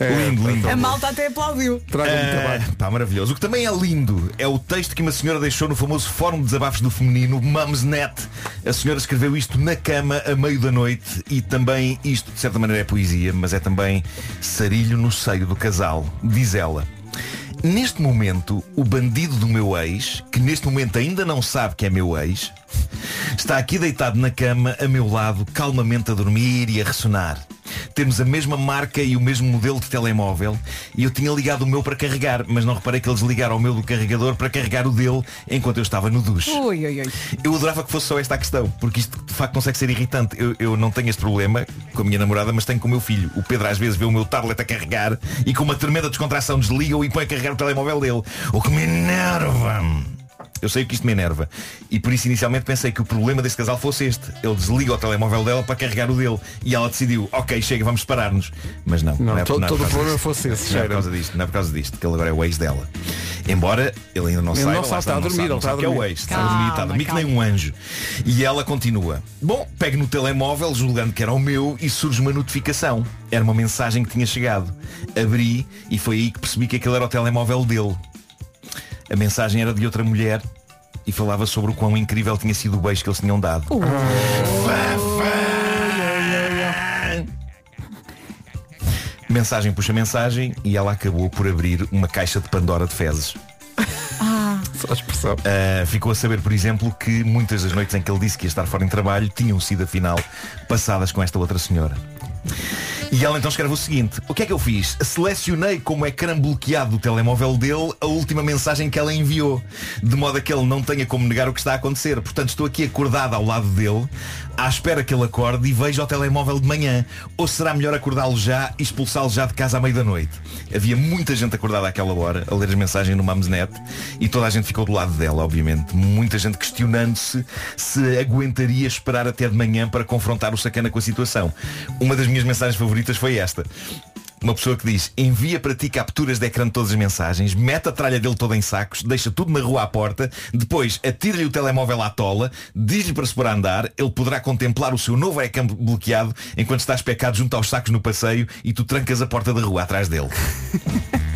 N: É,
L: lindo.
D: A malta até aplaudiu.
L: Ah, Pá, maravilhoso. O que também é lindo é o texto que uma senhora deixou no famoso fórum de desabafos do feminino, Mumsnet. A senhora escreveu isto na cama a meio da noite e também isto, de certa maneira, é poesia, mas é também sarilho no seio do casal. Diz ela. Neste momento, o bandido do meu ex, que neste momento ainda não sabe que é meu ex, está aqui deitado na cama, a meu lado, calmamente a dormir e a ressonar. Temos a mesma marca e o mesmo modelo de telemóvel e eu tinha ligado o meu para carregar, mas não reparei que eles ligaram o meu do carregador para carregar o dele enquanto eu estava no duche.
D: Ui, ui, ui.
L: Eu adorava que fosse só esta a questão, porque isto de facto consegue ser irritante. Eu, eu não tenho este problema com a minha namorada, mas tenho com o meu filho. O Pedro às vezes vê o meu tablet a carregar e com uma tremenda descontração desliga-o e põe a carregar o telemóvel dele. O que me enerva-me. Eu sei que isto me enerva. E por isso inicialmente pensei que o problema desse casal fosse este. Ele desliga o telemóvel dela para carregar o dele. E ela decidiu, ok, chega, vamos separar-nos. Mas não, não, é,
A: todo-
L: não é por
A: todo o
L: causa
A: problema
L: disso.
A: fosse esse,
L: Não é
A: cheira-me.
L: por causa disto, não é por causa disto, que ele agora é o ex dela. Embora ele ainda não
A: Ele
L: saiba,
A: não
L: lá
A: sabe, está a
L: não
A: dormir,
L: sabe, não
A: ele está
L: sabe
A: a
L: que é o
A: dormir.
L: ex. Está a dormir, está a dormir que nem um anjo. E ela continua. Bom, pego no telemóvel, julgando que era o meu, e surge uma notificação. Era uma mensagem que tinha chegado. Abri e foi aí que percebi que aquele era o telemóvel dele. A mensagem era de outra mulher e falava sobre o quão incrível tinha sido o beijo que eles tinham dado. Mensagem puxa mensagem e ela acabou por abrir uma caixa de Pandora de fezes.
N: Ah.
L: Só expressão. Eh, ficou a saber, por exemplo, que muitas das noites em que ele disse que ia estar fora em trabalho tinham sido, afinal, passadas com esta outra senhora. E ela então escreve o seguinte O que é que eu fiz? Selecionei como ecrã bloqueado do telemóvel dele A última mensagem que ela enviou De modo a que ele não tenha como negar o que está a acontecer Portanto estou aqui acordada ao lado dele À espera que ele acorde e veja o telemóvel de manhã Ou será melhor acordá-lo já E expulsá-lo já de casa à meia da noite Havia muita gente acordada àquela hora A ler as mensagens no Mamesnet E toda a gente ficou do lado dela, obviamente Muita gente questionando-se Se aguentaria esperar até de manhã Para confrontar o sacana com a situação Uma das minhas mensagens favoritas foi esta Uma pessoa que diz envia para ti capturas de ecrã de todas as mensagens, mete a tralha dele toda em sacos, deixa tudo na rua à porta, depois atira-lhe o telemóvel à tola, diz-lhe para se pôr a andar, ele poderá contemplar o seu novo ecrã bloqueado enquanto está especado junto aos sacos no passeio e tu trancas a porta da rua atrás dele.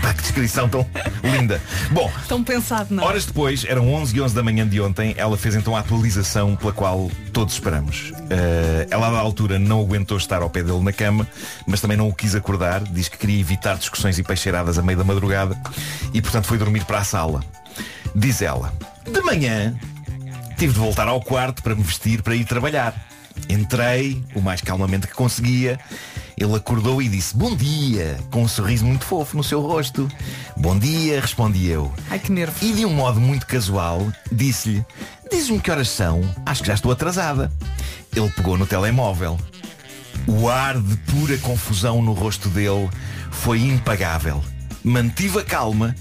L: Pá, que descrição tão linda. Bom,
D: Tão pensado, não é?
L: Horas depois, eram 11 e 11 da manhã de ontem, ela fez então a atualização pela qual todos esperamos. Eh, ela, à altura, não aguentou estar ao pé dele na cama, mas também não o quis acordar. Diz que queria evitar discussões e peixeiradas a meio da madrugada e, portanto, foi dormir para a sala. Diz ela, de manhã tive de voltar ao quarto para me vestir para ir trabalhar. Entrei, o mais calmamente que conseguia. Ele acordou e disse bom dia, com um sorriso muito fofo no seu rosto. Bom dia, respondi eu.
D: Ai que nervo.
L: E de um modo muito casual, disse-lhe, diz-me que horas são, acho que já estou atrasada. Ele pegou no telemóvel. O ar de pura confusão no rosto dele foi impagável. Mantive a calma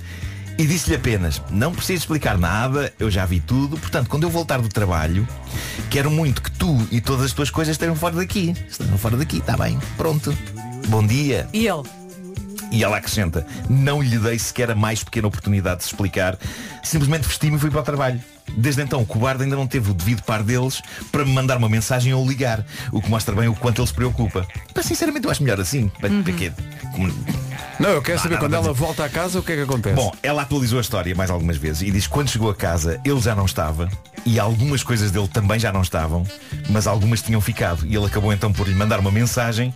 L: e disse-lhe apenas, não preciso explicar nada, eu já vi tudo, portanto, quando eu voltar do trabalho, quero muito que tu e todas as tuas coisas estejam fora daqui. Estejam fora daqui, está bem, pronto. Bom dia.
D: E ele?
L: E ela acrescenta, não lhe dei sequer a mais pequena oportunidade de se explicar, simplesmente vesti-me e fui para o trabalho. Desde então, o cobarde ainda não teve o devido par deles para me mandar uma mensagem ou ligar, o que mostra bem o quanto ele se preocupa. Mas sinceramente eu acho melhor assim. Para- para quê? Como-
A: Não, eu quero
L: Não há
A: saber
L: nada
A: quando
L: a
A: ela
L: dizer.
A: volta à casa o que é que acontece.
L: Bom, ela atualizou a história mais algumas vezes e diz que quando chegou a casa ele já não estava e algumas coisas dele também já não estavam, mas algumas tinham ficado e ele acabou então por lhe mandar uma mensagem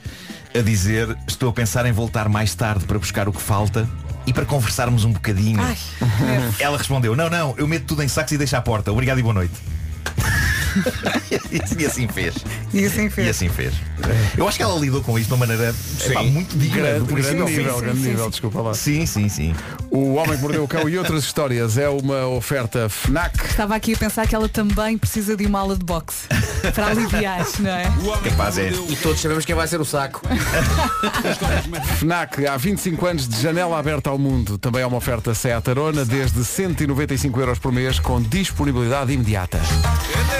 L: a dizer estou a pensar em voltar mais tarde para buscar o que falta e para conversarmos um bocadinho. ela respondeu, não, não, eu meto tudo em sacos e deixo à porta. Obrigado e boa noite. e assim fez.
D: E assim
L: fez. Eu acho que ela lidou com isto de uma maneira epá, muito digna.
A: Grande,
L: do princípio ao
A: grande
L: fim.
A: nível, grande nível, desculpa lá.
L: Sim, sim, sim.
A: O Homem que Mordeu o Cão e outras histórias é uma oferta FNAC.
D: Estava aqui a pensar que ela também precisa de uma aula de boxe para aliviar, não é?
L: Capaz é.
H: E todos sabemos quem vai ser o saco.
A: FNAC, há 25 anos de janela aberta ao mundo. Também é uma oferta Seat Arona, desde 195 euros por mês, com disponibilidade imediata.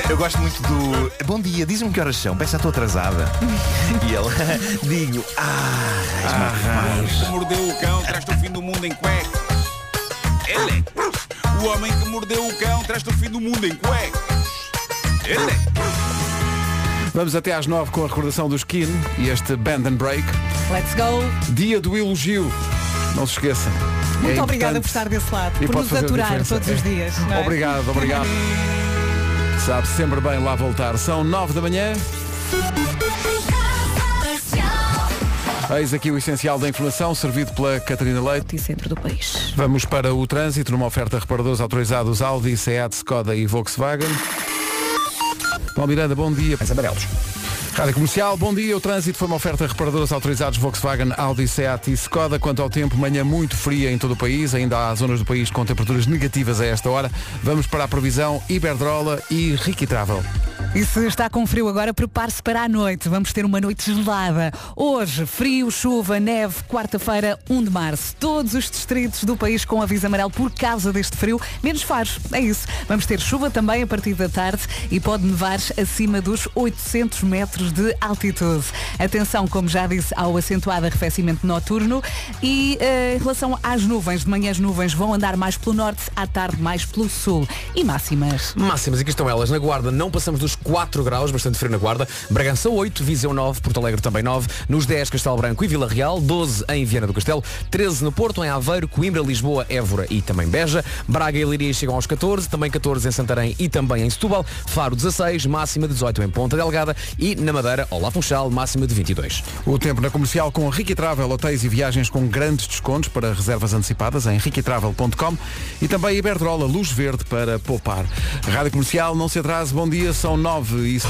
L: Eu gosto muito do Bom dia, diz-me que horas são, peço a tua atrasada E ela Digo, ah,
N: O homem que mordeu o cão traz-te o fim do mundo em cuecas. Elecas. O homem que mordeu o cão traz-te o fim do mundo em cuecas. Elecas.
A: Vamos até às 9 com a recordação do Skin e este Band and Break.
D: Let's go!
A: Dia do elogio. Não se esqueça.
D: Muito
A: É
D: obrigada
A: importante.
D: por estar desse lado,
A: E
D: por
A: pode
D: nos
A: fazer a
D: aturar
A: diferença.
D: todos os
A: É.
D: dias. não é?
A: Obrigado, obrigado. Sabe sempre bem lá voltar. São 9 da manhã. Eis aqui o essencial da informação, servido pela Catarina Leite.
B: E centro do país.
A: Vamos para o trânsito, numa oferta a reparadores autorizados Audi, Seat, Skoda e Volkswagen. Paulo Miranda, bom dia. Mais
C: amarelos.
A: Rádio Comercial, bom dia. O trânsito foi uma oferta a reparadores autorizados Volkswagen, Audi, Seat e Skoda. Quanto ao tempo, manhã muito fria em todo o país. Ainda há zonas do país com temperaturas negativas a esta hora. Vamos para a previsão Iberdrola e Riquitravel.
D: E se está com frio agora, prepare-se para a noite. Vamos ter uma noite gelada. Hoje, frio, chuva, neve, quarta-feira, 1 de março. Todos os distritos do país com aviso amarelo por causa deste frio, menos Faros. É isso. Vamos ter chuva também a partir da tarde e pode nevar acima dos 800 metros de altitude. Atenção, como já disse, ao acentuado arrefecimento noturno e eh, em relação às nuvens, de manhã as nuvens vão andar mais pelo norte, à tarde mais pelo sul. E máximas.
H: Máximas, aqui estão elas. Na Guarda não passamos dos 4 graus, bastante frio na Guarda. Bragança 8, Viseu 9, Porto Alegre também 9. Nos 10, Castelo Branco e Vila Real. 12 em Viana do Castelo. 13 no Porto, em Aveiro, Coimbra, Lisboa, Évora e também Beja. Braga e Leiria chegam aos 14. Também 14 em Santarém e também em Setúbal. Faro 16, máxima 18 em Ponta Delgada. E na Madeira, Olá Funchal, máxima de 22.
A: O tempo na comercial com Riquitravel, hotéis e viagens com grandes descontos para reservas antecipadas em riquitravel.com e também Iberdrola, luz verde para poupar. Rádio Comercial, não se atrase, bom dia, são 9 e...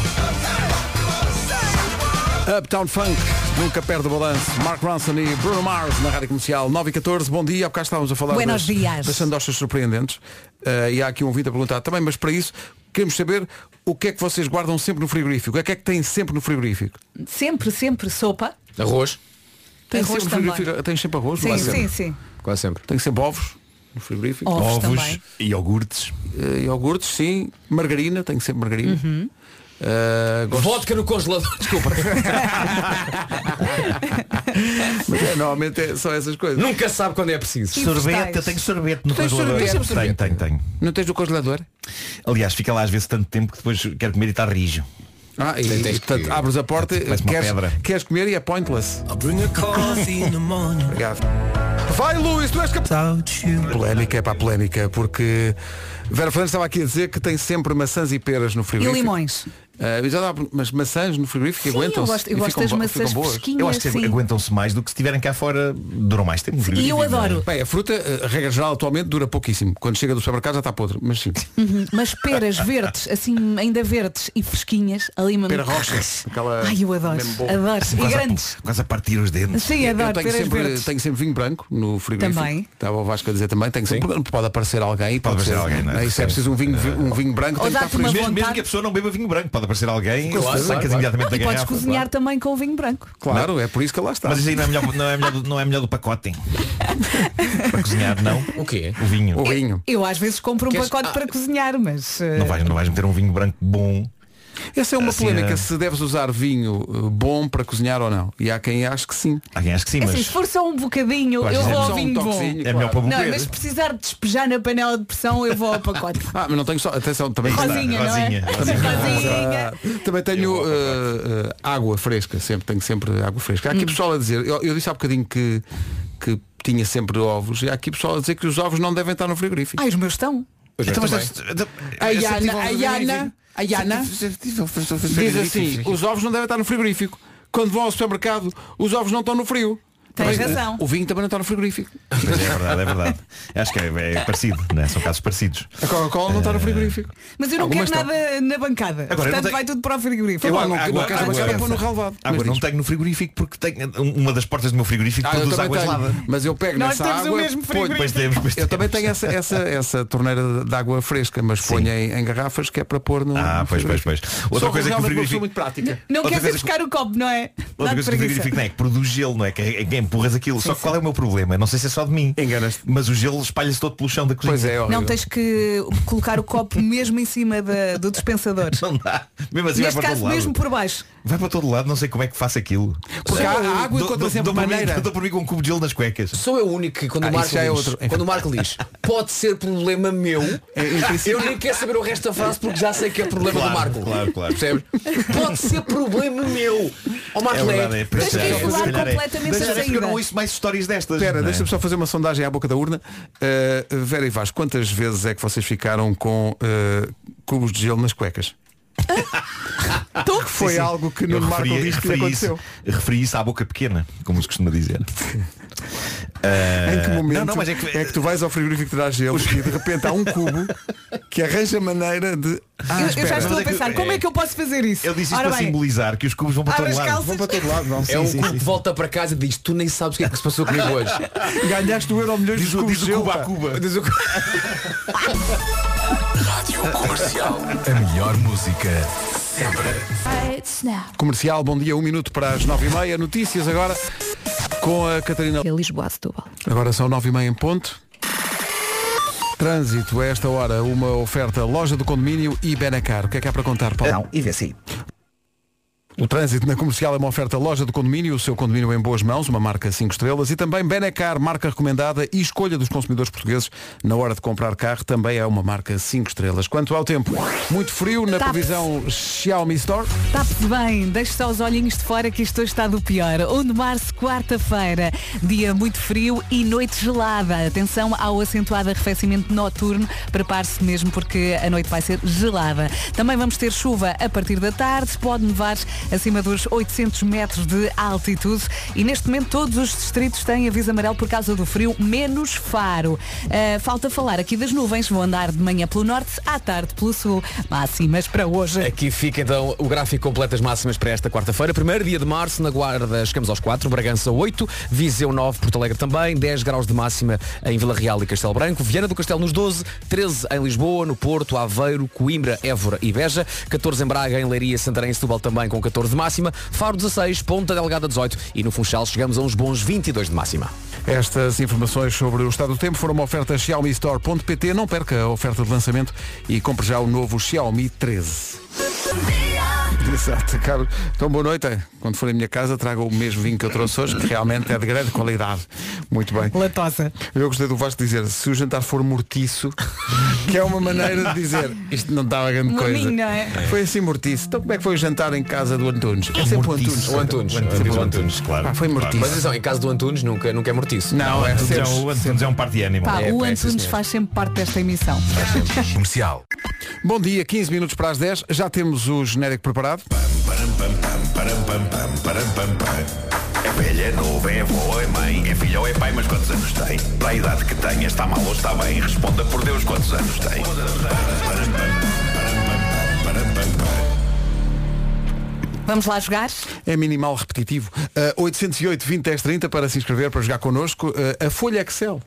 A: Uptown Funk, nunca perde o balanço. Mark Ronson e Bruno Mars na Rádio Comercial 9 e 14. Bom dia, há bocado estávamos a falar
D: Buenos
A: das,
D: dias.
A: das sandochas surpreendentes. Eh, e há aqui um ouvinte a perguntar também, mas para isso queremos saber o que é que vocês guardam sempre no frigorífico. O que é que têm sempre no frigorífico?
D: Sempre, sempre sopa.
H: Arroz.
A: Tem
D: Arroz
A: sempre
D: também.
A: frigorífico. Tem sempre arroz,
D: Sim,
A: quase
D: sim,
A: sempre.
D: sim.
H: Quase sempre.
A: Tem sempre ovos no frigorífico. Eh,
D: Ovos Ovos, também.
L: iogurtes.
A: iogurtes, sim. Margarina, tem que ser margarina.
D: Uhum.
A: Eh, gosto-
H: Vodka no congelador, desculpa.
A: Mas é, Normalmente é só essas coisas.
H: Nunca sabe quando é preciso.
L: Sorvete, eu tenho sorvete no
A: Tu tens
L: congelador.
A: sorvete?
L: Tenho,
A: Sorvete.
L: tenho, tenho.
A: Não tens do congelador?
L: Aliás, fica lá às vezes tanto tempo que depois quero comer e está rijo.
A: Ah, e, portanto, abres a porta,
L: Parece uma
A: queres,
L: pedra.
A: queres comer e é pointless. Obrigado. Vai, Luís, tu és capaz. Polémica é para a polémica, porque Vera Fernandes estava aqui a dizer que tem sempre maçãs e peras no frigorífico.
D: limões.
A: Ah, mas já dá- mas maçãs no frigorífico
D: Sim,
A: aguentam-se.
D: eu gosto- eu
A: e
D: gosto
A: ficam
D: das
A: bo-
D: maçãs
A: ficam boas.
D: fresquinhas, Eu acho que sim.
L: aguentam-se mais do que se estiverem cá fora, duram mais tempo. é?
D: Sim, e eu adoro.
A: Bem, a fruta, eh, a regra geral, atualmente dura pouquíssimo. Quando chega do supermercado já está podre, mas sim.
D: Uhum, Mas peras verdes, assim ainda verdes e fresquinhas, ali mesmo.
A: Pera rochas. Aquela
D: Ai, eu adoro,
A: mesmo boa.
D: adoro. E
L: Quase a-
D: grandes.
L: Quase a partir os dedos.
D: Sim, adoro,
A: Eu tenho
D: peras
A: sempre,
D: verdes.
A: tenho sempre vinho branco no frigorífico.
D: Também.
A: Estava o Vasco a dizer também. Tenho sempre, pode aparecer alguém. Pode,
L: aparecer alguém, não é?
A: Isso é preciso um vinho, um vinho branco.
D: Ou
A: tem que
D: dá-te
A: estar fresco.
D: uma
L: Mesmo, mesmo
D: vontade.
L: que a pessoa não beba vinho branco, pode aparecer alguém claro,
A: Claro, claro,
L: sacas
A: claro.
L: imediatamente da
D: E podes
L: garrafa.
D: cozinhar também com vinho branco.
A: Claro, é por isso que lá está.
L: Mas isso aí não é melhor, não é melhor, do- não é melhor do pacote. hein? Para cozinhar, não.
H: O quê?
L: O vinho.
A: O vinho.
D: Eu às vezes compro um
L: Queres-
D: pacote
L: Ah.
D: para cozinhar, mas. eh,
L: Não vais, não vais meter um vinho branco bom.
A: Essa é uma
L: Assim,
A: polémica,
L: é.
A: se deves usar vinho eh, bom para cozinhar ou não. E há quem ache que sim.
L: Há quem ache que sim,
D: É assim, se for só um bocadinho,
A: Claro,
D: eu
A: é
D: vou
A: só
D: ao
A: um
D: vinho bom.
A: toquezinho, É claro. melhor para
D: Não,
A: beber.
D: mas se precisar de despejar na panela de pressão, eu vou ao pacote.
A: Ah, mas não tenho só. Atenção, também
D: Rosinha, não é? Rosinha,
A: Também,
D: rosinha.
A: também tenho eh, eh, água fresca, sempre, tenho sempre água fresca. Há
D: Hum.
A: aqui pessoal a dizer, eu, eu disse há bocadinho que, que tinha sempre ovos, e há aqui pessoal a dizer que os ovos não devem estar no frigorífico.
D: Ai, os meus estão.
A: Os meus também. é
D: A
A: assim,
D: Yana, a Yana, a Yana
A: Diz assim, os ovos não devem estar no frigorífico. Quando vão ao supermercado, os ovos não estão no frio.
D: Tens
A: Também-
D: razão.
A: O vinho também não está no frigorífico.
L: Mas é verdade, é verdade. Acho que é, é parecido, né? são casos parecidos.
A: A Coca-Cola não está
L: Eh,
A: no frigorífico.
D: Mas eu não
L: Algumas
D: quero nada na bancada.
L: Agora, eu não
D: Portanto,
L: tenho-
D: vai tudo para o frigorífico.
A: Então,
L: Eu
D: Tá
L: água-
D: bom.
L: água-
A: quero
L: água- é
A: baixar, põe no relvado.
L: Água
A: Mas
L: não
A: diz.
L: tenho no frigorífico porque tenho, um, uma das portas do meu frigorífico
A: Ah, eu
L: produz
A: também
L: água
A: tenho.
L: gelada.
A: Mas eu pego
L: Nós
A: nessa
L: temos o
A: água.
L: mesmo
A: ponho-
L: frigorífico. Pois temos, pois
A: eu também
L: temos.
A: tenho essa, essa, essa torneira de água fresca, mas ponho em, em garrafas que é para pôr no.
L: Ah,
A: no
L: pois, pois,
A: frigorífico.
L: pois.
A: Sou
L: Outra coisa que o
A: realmente uma
L: frigorífico.
A: pessoa muito prática.
D: Não
L: Outra
D: queres ir
L: coisa que-
D: buscar o copo, não é? Dá
L: Outra
D: de
L: coisa que o
D: preguiça.
L: frigorífico não é que produz gelo, não é? Que, é que empurras aquilo. Só que qual é o meu problema? Não sei se é só de mim.
A: Enganas.
L: Mas o gelo espalha-se todo pelo chão da cozinha.
A: Pois é,
D: Não tens que colocar o copo mesmo em cima da- do dispensador.
L: Não dá. Mesmo assim vai
D: Neste
L: para todo
D: caso,
L: lado.
D: mesmo por baixo.
L: Vai para todo lado, não sei como é que faço aquilo.
A: Porque há- há água
L: Dou-
A: encontra
L: dou-
A: sempre
L: dou por mim-
A: maneira.
L: Dou por mim com um cubo de gelo nas cuecas.
H: Sou eu o único que quando,
L: Ah,
H: o,
L: isso
H: Marco
L: já é
H: diz,
L: outro. Enfim.
H: quando o Marco diz pode ser problema meu, eu nem quero saber o resto da frase porque já sei que é problema do
L: Claro,
H: Marco.
L: claro, claro.
H: Percebes? Pode ser problema meu. Ó Marco,
L: É verdade, é, pois
H: deixa
L: é,
H: eu
L: se
H: falar
L: calhar é.
H: completamente
L: Deixa-
H: a
L: é porque
H: saída.
L: Eu não ouço mais histórias destas.
A: Espera,
L: não é?
A: deixa-me só fazer uma sondagem à boca da urna. Uh, Vera e Vaz, quantas vezes é que vocês ficaram com uh, cubos de gelo nas cuecas? que foi
L: Sim, sim.
A: algo que
L: Eu
A: no Marco
L: referi-
A: diz que lhe
L: referi
A: aconteceu.
L: Isso, referi isso à boca pequena, como se costuma dizer. Ah,
A: Em que momento
L: Não, não, mas é que,
A: tu vais ao frigorífico tirar gelo e de repente há um cubo que arranja maneira de. Ah,
D: Eu- eu,
A: espera.
D: já estou
L: Mas
D: a
L: é que-
D: pensar, como é que eu posso fazer isso?
L: Eu disse isto
D: Ora
L: para
D: bem,
L: simbolizar que os cubos vão para
D: Abre
L: todo
D: as
L: lado.
D: calças. Vão para todo lado,
A: não.
H: É um cu que volta para casa e diz tu nem sabes o que é que se passou comigo hoje.
A: Ganhaste o euro milhões
L: Diz
A: de
L: o,
A: cubos
L: diz
A: de
L: o
A: gelo.
L: Cuba a
A: pá.
L: Cuba.
H: Diz o cu-
G: Comercial.
L: A melhor música.
A: Comercial, bom dia, um minuto para as nove e meia. Notícias agora com a Catarina.
B: É Lisboa, Setúbal.
A: Agora são nove e meia em ponto. Trânsito a esta hora, uma oferta loja do condomínio e Benacar. O que é que há para contar, Paulo?
C: Não, e vê se
A: O trânsito na comercial é uma oferta loja do condomínio, o seu condomínio em boas mãos, uma marca 5 estrelas e também Benacar, marca recomendada e escolha dos consumidores portugueses na hora de comprar carro, também é uma marca 5 estrelas. Quanto ao tempo, muito frio na
D: Tá.
A: previsão Xiaomi Store.
D: Tape-se bem, deixe só os olhinhos de fora que isto hoje está do pior. 1 de março, quarta-feira, dia muito frio e noite gelada. Atenção ao acentuado arrefecimento noturno, prepare-se mesmo porque a noite vai ser gelada. Também vamos ter chuva a partir da tarde, pode nevar acima dos 800 metros de altitude e neste momento todos os distritos têm aviso amarelo por causa do frio, menos Faro. Ah, falta falar aqui das nuvens, vão andar de manhã pelo norte, à tarde pelo sul, máximas para hoje.
H: Aqui fica então o gráfico completo das máximas para esta quarta-feira. Primeiro dia de março, na Guarda chegamos aos 4, Bragança 8, Viseu 9, Porto Alegre também, 10 graus de máxima em Vila Real e Castelo Branco, Viana do Castelo nos 12, 13 em Lisboa, no Porto, Aveiro, Coimbra, Évora e Beja, 14 em Braga, em Leiria, Santarém e Setúbal também com 14 de máxima, Faro 16, Ponta Delgada 18 e no Funchal chegamos a uns bons 22 de máxima.
A: Estas informações sobre o estado do tempo foram uma oferta Xiaomi Store.pt. Não perca a oferta de lançamento e compre já o novo Xiaomi 13. Exato, Carlos. Então, boa noite. Quando for à minha casa, trago o mesmo vinho que eu trouxe hoje, que realmente é de grande qualidade. Muito bem.
D: Latosa.
A: Eu gostei do Vasco dizer, se o jantar for mortiço, que é uma maneira de dizer, isto não dá uma grande
D: Molinho,
A: coisa.
D: não é?
A: Foi assim mortiço. Então, como é que foi o jantar em casa do Antunes? É sempre o Antunes.
H: O Antunes.
A: Sempre o Antunes.
L: claro.
A: foi mortiço.
H: Mas atenção, em caso do Antunes nunca, nunca é mortiço.
A: Não,
L: é Antunes é um- Antunes é um par de animal.
D: Pá, o
H: é, sim,
D: Antunes
H: senhor.
D: faz sempre parte desta emissão.
A: Comercial. Bom dia, 15 minutos para as 10. Já temos o genérico preparado.
O: Param, pam, pam, param, pam, pam, param, pam, pam. É velha, é nova, é avó, é mãe, é filho ou é pai, mas quantos anos tem? Para a idade que tem, está mal ou está bem? Responda por Deus quantos anos tem.
D: Vamos lá jogar?
A: É minimal repetitivo. Ah, 808 20 10 30 para se inscrever, para jogar connosco. Ah, a folha Excel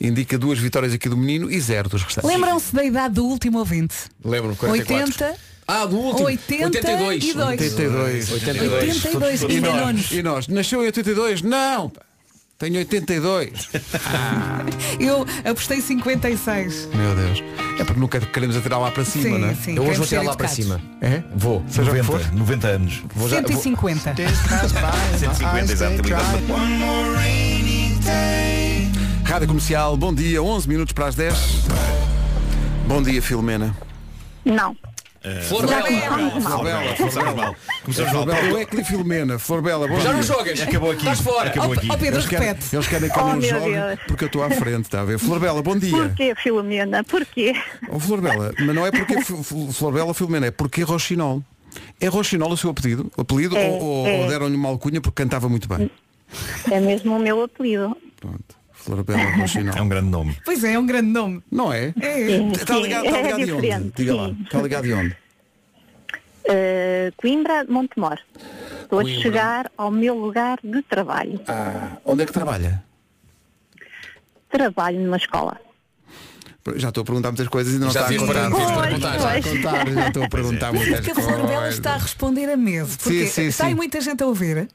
A: indica duas vitórias aqui do menino e zero dos restantes.
D: Uhum. Lembram-se da idade do último ouvinte?
A: Lembro,
D: 80.
H: Ah, do
A: último.
D: 82.
A: 82.
D: 82. 82,
A: E
D: ainda
A: nós,
D: nonos.
A: e nós? Nasceu em 82? Não! pá. Tenho 82. Ah,
D: Eu apostei 56.
A: meu Deus. É porque nunca queremos atirar lá para cima,
D: Sim,
A: não é?
D: sim, Eu hoje vou queremos tirar ser lá para educados. cima.
A: É? Vou. Seja 90,
L: 90 anos.
A: Vou
D: 150.
L: 150, exatamente.
A: Rádio Comercial, bom dia, 11 minutos para as 10. Bom dia, Filomena.
P: Não.
A: Eh, Flor
P: Já
A: Bela.
P: começámos mal.
A: Bela,
L: Começamos mal. Começamos mal.
A: Flor Bela, o Ecli Filomena, Flor Bela, bom
L: Já
A: dia.
L: não jogas. Acabou aqui. Estás fora. Acabou aqui.
A: Eles
L: Pedro,
A: querem-
L: repete.
A: Eles querem que eu
L: Oh,
A: não
L: meu
A: jogue
L: Deus.
A: porque eu estou à frente, está a ver? Flor Bela, bom dia.
P: Porquê, Filomena? Porquê?
A: Oh, Flor Bela, mas não é porque F- F- Flor Bela Filomena, é porque Roxinol. É Roxinol o seu apelido? apelido
P: É,
A: ou, ou-
P: é.
A: ou deram-lhe uma alcunha porque cantava muito bem?
P: É mesmo o meu apelido.
A: Flor Bela Roxinol. É um
L: grande nome.
D: Pois é, é um grande nome.
A: Não é?
D: É.
A: Está ligado, está
P: É
A: ligado de onde?
P: diferente,
A: Diga lá. Está ligado de onde?
P: Uh, Coimbra, Montemor. Estou a
A: Coimbra.
P: chegar ao meu lugar de trabalho.
A: Ah, onde é que trabalha?
P: Trabalho numa escola.
A: Já estou a perguntar muitas coisas e não
H: Já
A: está a
H: fiz
A: contar.
H: perguntas, fiz
A: Pois,
H: perguntas. é.
A: Já estou a contar, já estou a perguntar muitas
D: Porque a Flor Bela
A: coisas.
D: está a responder a mesa. Porque
A: É sim,
D: está
A: sim.
D: aí muita gente a ouvir.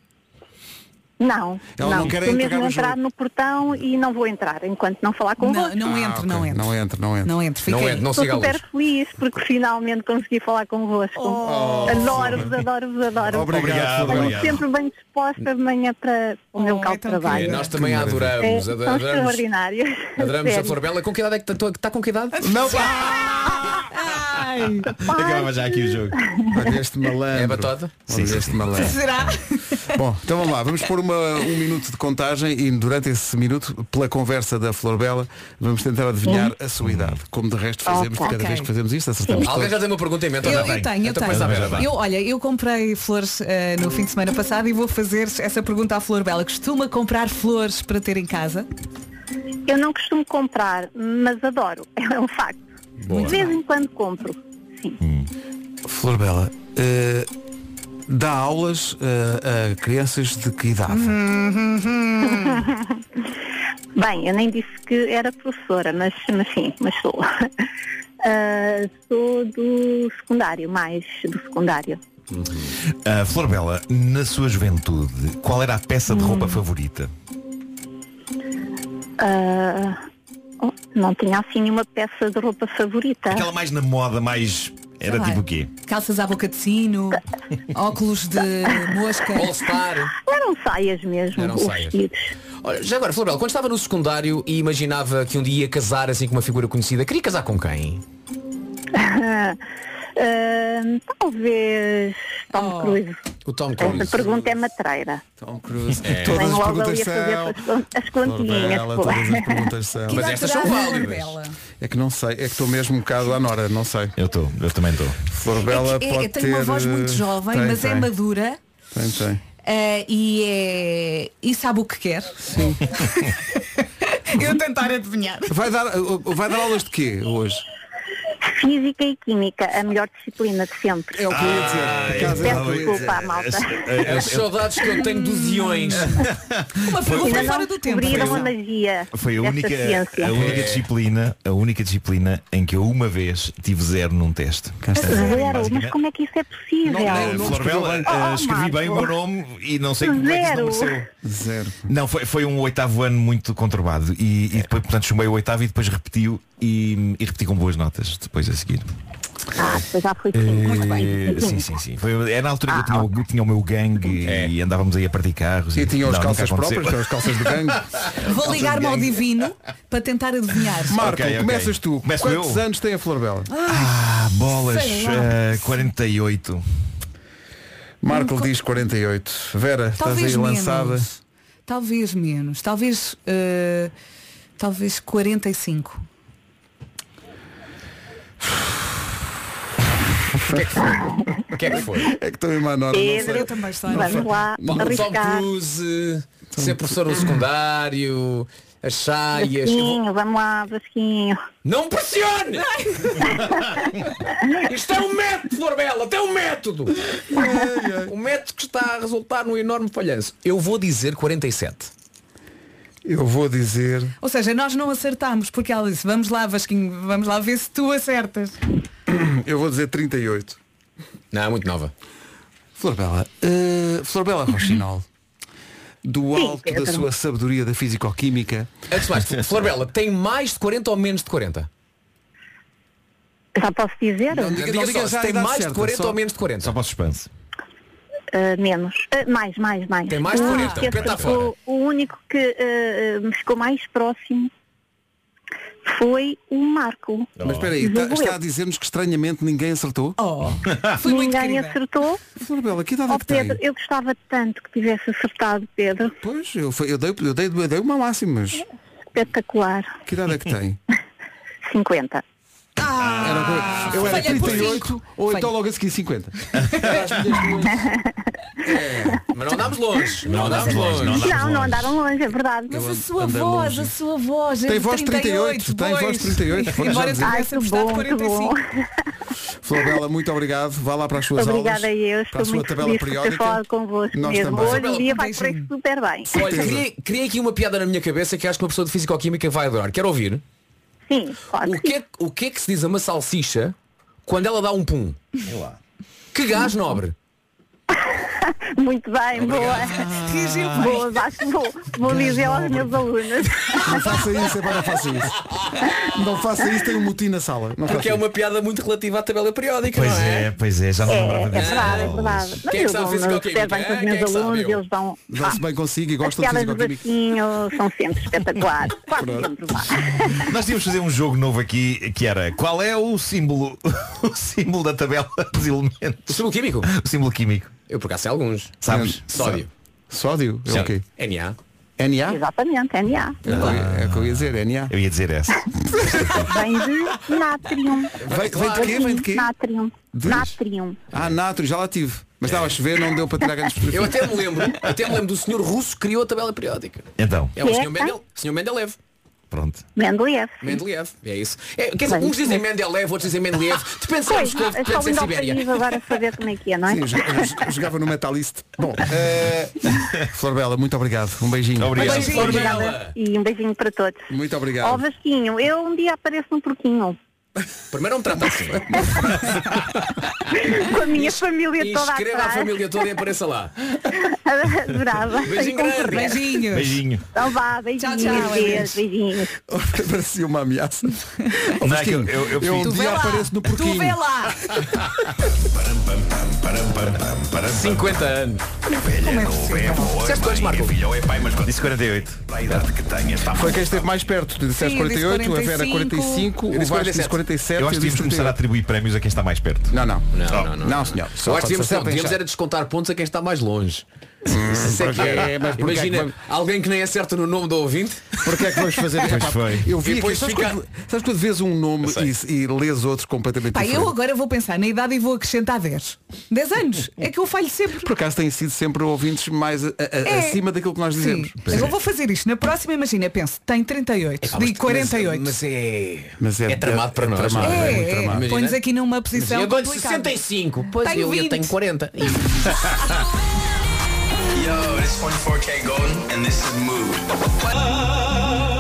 P: Não,
A: Ela não
P: não.
A: quer
P: Estou
A: entregar
P: mesmo
A: o
P: a entrar
A: jogo.
P: no portão e não vou entrar enquanto não falar com
D: Não, não
A: Ah,
D: entro,
A: ok.
D: não entro.
A: Não entra, não entra.
D: Não entra, fica Não aí. entra, não
P: Estou
D: siga a
P: super
D: luz.
P: feliz porque finalmente consegui falar convosco.
D: Oh.
P: adoro-vos, adoro-vos, adoro-vos.
H: Obrigado,
P: Venho
H: obrigado.
P: sempre bem disposta de manhã para o
D: Oh,
P: meu local de
D: então,
P: trabalho.
H: querido. Nós também
P: É,
H: adoramos,
P: são
H: adoramos.
P: extraordinários.
H: Adoramos a
P: Sério.
H: Flor Bela. Com que idade é que está? Está com que idade?
A: Não.
L: Acabava já aqui o jogo.
A: Olha este malandro. É batota? Olha este malandro.
D: Será?
A: Bom, então vamos lá, vamos pôr uma- um minuto de contagem e durante esse minuto, pela conversa da Flor Bela, vamos tentar adivinhar a sua idade. Como de resto fazemos,
D: Ok.
A: cada vez que fazemos isto, acertamos
H: Alguém
A: todos.
H: já tem uma pergunta em mente?
D: Eu,
H: ou
D: eu
H: não tem?
D: tenho, eu
H: Então começa a ver.
D: tenho. Eu, olha, eu comprei flores eh, no fim de semana passado e vou fazer essa pergunta à Flor Bela. Costuma comprar flores para ter em casa?
P: Eu não costumo comprar, mas adoro. É um facto.
A: Boa.
P: De vez em quando compro.
A: Flor Bela, eh, dá aulas eh, a crianças de que idade?
P: Bem, eu nem disse que era professora, mas, mas sim, mas sou. Ah, sou do secundário, mais do secundário.
L: Ah, Flor Bela, na sua juventude, qual era a peça de roupa favorita?
P: Ah, oh, não tinha assim uma peça de roupa favorita.
L: Aquela mais na moda, mais. Era
D: Sei lá.
L: tipo o quê?
D: Calças à boca de sino, óculos de mosca.
P: Eram saias mesmo.
H: Eram
P: os
H: saias.
P: vestidos.
H: Olha, já agora, Flor Bela, quando estava no secundário e imaginava que um dia ia casar assim com uma figura conhecida, queria casar com quem?
P: Ah, talvez Tom Cruise.
H: O Tom
P: Essa pergunta é matreira.
A: Tom Cruise.
H: É.
A: Todas
P: Logo
A: as
P: ali
A: perguntas
P: a fazer
A: são.
P: as con- as
A: Flor
P: continhas.
A: Bela,
P: pô.
A: todas as perguntas são.
P: Que idade terá a Flor Bela?
A: É que não sei, é que estou mesmo um bocado à Nora, não sei.
L: Eu estou, eu também estou.
A: Flor Bela
D: É que- é-
A: pode
D: tem
A: ter,
D: uma voz muito
A: eh,
D: jovem,
A: tem,
D: mas é
A: tem.
D: madura
A: Tem, tem.
D: eh, e, é, e sabe o que quer. Sim. eu tentar adivinhar.
A: Vai dar, vai dar aulas de quê hoje?
P: Física e Química, a melhor disciplina de sempre. Ah.
A: É o que eu ia dizer.
P: Peço desculpa à
L: Ah,
P: malta.
H: As saudades que eu tenho dos iões.
D: Uma
P: Ainda
D: pergunta
P: não
D: fora do tempo.
P: Descobriram a
D: atenção.
P: magia.
L: Foi a
P: desta
L: única,
P: ciência.
L: a única disciplina, a única disciplina em que eu uma vez tive zero num teste.
P: Zero, mas como é que isso é possível?
L: Eh, Flor Bela, eh, escrevi bem o meu nome e não sei como é que isso não
P: Zero.
L: apareceu.
A: Zero.
L: Não, foi, foi um oitavo ano muito conturbado e, e depois, portanto, chumei o oitavo e depois repetiu e, e repeti com boas notas depois a seguir.
P: Ah, pois já foi sim.
L: Eh,
P: Muito bem.
L: Sim, sim, sim. Foi, era na altura que eu tinha, o- eu tinha o meu gangue e andávamos aí a partir carros.
A: E tinham as
L: nunca
A: calças
L: aconteceu.
A: próprias, tinham as calças de gangue.
D: Vou ligar-me ao divino para tentar adivinhar.
A: Marco,
L: Ok, ok.
A: começas tu.
L: Começo
A: Quantos
L: eu?
A: anos tem a Flor Bela?
L: Ah, bolas.
D: Sei lá.
L: eh, 48.
A: Marco diz 48. Vera,
D: Talvez
A: estás aí
D: menos.
A: lançada.
D: Talvez menos. Talvez. eh, talvez 45.
A: O que é que foi? O que é que foi? É que estou em má nota. não sei.
D: Pedro, eu também estou em
A: Não
D: má
A: sei.
D: nota. lá,
H: Tom, Tom
D: arriscar.
H: Cruise, ser professor no secundário, as saias. eu vou-
P: Vasquinho, vamos lá, Vasquinho.
H: Não pressione! Isto é um método, Florbela, até um método! Um método que está a resultar num enorme falhanço. Eu vou dizer 47.
A: Eu vou dizer.
D: Ou seja, nós não acertámos porque ela disse, vamos lá, Vasquinho, vamos lá ver se tu acertas.
A: Eu vou dizer 38.
H: Não, é muito nova.
A: Florbela, eh, Florbela Rochinol, do
H: Sim,
P: é
A: alto
H: Pedro.
A: da sua sabedoria da fisicoquímica.
H: Antes de mais, Florbela, tem mais de 40 ou menos de 40?
P: Já posso dizer?
H: diga, não diga já a idade certa, só-
L: de 40? Só para o suspense.
P: Ah, menos. Ah, mais, mais, mais.
L: Tem mais de
P: O
L: 40,
P: único que
L: o Pedro está
P: acertou- O, único que ah, ah, me ficou mais próximo foi o Marco.
A: Mas espera aí, está,
P: Julgo
A: está a
P: eu.
A: dizer-nos que estranhamente ninguém acertou?
D: Oh,
P: Ninguém acertou.
A: Florbela, que idade
P: oh,
A: é que tem?
P: Pedro, eu gostava tanto que tivesse acertado, Pedro.
A: Pois, eu, fui- eu dei, eu, dei, eu dei uma máxima, mas
P: Espetacular.
A: que idade é que tem?
P: 50.
A: Era o que- eu era
P: Falhei Ah, por
A: 38 ou então logo a seguir 50.
H: Mas não andámos longe. Não andámos longe.
P: Não, não, andaram longe, é verdade.
D: Mas a sua voz, a sua voz. é
A: Tem
D: de
A: voz 38, tem
D: pois.
A: voz 38, vou já
D: Embora
A: dizer.
D: tivesse
P: Ai, que
D: apostado
P: bom, que
D: 45.
A: Florbela, muito obrigado. Vá lá para as suas aulas.
P: tá- Obrigada a eu,
A: para a
P: estou
A: sua
P: muito
A: tabela
P: feliz por ter
A: periódica.
P: falado convosco
A: Nós
P: mesmo.
A: também.
P: Hoje o dia vai correr super bem.
H: Olha, criei, criei aqui uma piada na minha cabeça que acho que uma pessoa de Fisicoquímica vai adorar. Quer ouvir?
P: Sim, claro.
H: O que, é, o que é que se diz a uma salsicha quando ela dá um pum? Que gás nobre!
P: Muito bem, boa. Boa, acho que vou, vou dizer aos meus alunos.
A: Não faça isso, é para não faça isso. Não faça isso, tem um motim na sala. Não faça
H: Porque é
A: isso.
H: uma piada muito relativa à tabela periódica,
L: Pois
H: não é?
L: é, pois é, já não
P: É,
L: lembrava
P: é
L: disso.
P: verdade, é verdade. Mas
H: Quem é que
P: eu
H: sabe
P: dou
H: física
P: me
H: química,
P: super bem com os
H: hein? Quem é
P: meus
H: que sabe
P: alunos,
H: eu?
P: eles vão.
D: Ah,
A: Dá-se bem consigo e
P: As
A: gosta de
P: piadas do
A: fisicoquímica.
P: Vasquinho são sempre espetaculares. Quase sempre. vá.
L: Nós tínhamos de fazer um jogo novo aqui que era qual é o símbolo, o símbolo da tabela dos elementos? O
H: símbolo químico?
L: O símbolo químico.
H: Eu por acaso sei alguns.
L: Sabes?
H: Sódio.
A: Sódio? É o quê?
H: NA.
A: NA?
P: Exatamente, NA.
A: É o que eu ia- é o que eu ia dizer, NA.
L: Eu ia dizer essa.
P: Vem de natrium.
A: Vem- vem de quê? Vem de quê?
P: Natrium.
A: Diz?
P: Natrium.
A: Ah, natro, já lá tive. Mas estava a chover, não deu para tirar grandes
H: Eu até me lembro, até me lembro do senhor russo que criou a tabela periódica.
L: Então,
H: É o
P: Que
H: senhor
P: é?
H: Mendel, senhor Mendeleev.
L: pronto.
P: Mendeleev.
H: Mendeleev, é isso. É, quer dizer,
P: Bem,
H: uns dizem
P: mas-
H: Mendeleev, outros dizem Mendeleev. Depende se é
P: Pois,
H: Moscou,
P: só um
H: depende se
P: indo
H: é
P: ao país
H: Sibéria.
P: agora saber como é que é, não é?
A: Sim, jo- jo- jogava no Metalist. Bom, eh, Florbela, muito obrigado. Um beijinho.
P: Um beijinho, obrigada. E um beijinho para todos.
A: Muito
P: Ó
A: obrigado.
P: Vasquinho, eu um dia apareço no porquinho.
H: Primeiro não me trata assim.
P: Com a minha família
H: E
P: toda
H: escreva a
P: atrás.
H: família toda e apareça lá.
P: Adorava.
H: Beijinho
P: Com
H: grande.
P: certeza.
H: Beijinhos.
L: Beijinho.
P: Então vá, beijinhos.
D: Tchau, tchau,
P: beijinhos, beijinhos.
A: Parecia uma ameaça.
L: Não, é que eu- eu- eu
A: um
L: fiz-
A: dia apareço no porquinho.
D: Tu vê lá.
H: 50 anos.
O: Como é possível?
H: Disseste quantos, Marco?
O: Filho é pai, mas quando
L: Disse 48.
O: a idade que tem está mal.
A: Foi quem esteve mais perto. Tu disseste
D: Sim, eu disse
A: 48, a Vera 45,
D: Eu
A: o
D: disse
A: Vasco disse
D: 47.
A: 47.
L: Eu acho que
A: disse
L: devíamos começar a
A: 38.
L: atribuir prémios a quem está mais perto.
A: Não, não.
H: Não, não, não.
A: Não, senhor. Só
H: Eu acho que devíamos,
A: só
H: não, devíamos
A: deixar.
H: era descontar pontos a quem está mais longe. Isso é que
A: porque
H: é.
A: é, mas porque é que
H: Imagina,
A: vamos-
H: alguém que nem acerta no nome do ouvinte.
A: Porque é que vamos fazer
L: Pois
A: Epá,
L: foi.
A: Eu vi
H: E
A: aqui,
H: depois
A: sabes,
H: fica-
A: quando, sabes quando vês um nome e, e lês outros completamente
D: Pá, eu
A: diferentes?
D: agora vou pensar na idade e vou acrescentar 10. 10 anos. É que eu falho sempre.
A: Por acaso têm sido sempre ouvintes mais a- a-
D: É.
A: acima daquilo que nós dizemos.
D: Sim. Eu vou fazer isto. Na próxima, imagina, penso, tem 38.
H: Ah, mas-
D: Digo 48.
H: Mas, mas é.
A: Mas é,
H: É tramado para nós.
L: Ah,
A: tramado,
H: não
A: é
D: É,
H: é?
A: muito
D: é.
A: tramado.
H: Imagina.
D: Põe-nos aqui numa posição.
H: eu dou-lhe
D: complicada.
H: 65. Pois
D: Tenho
H: eu, eu
D: 20.
H: tenho 40.
G: Yo, this one 4K golden and this is mood.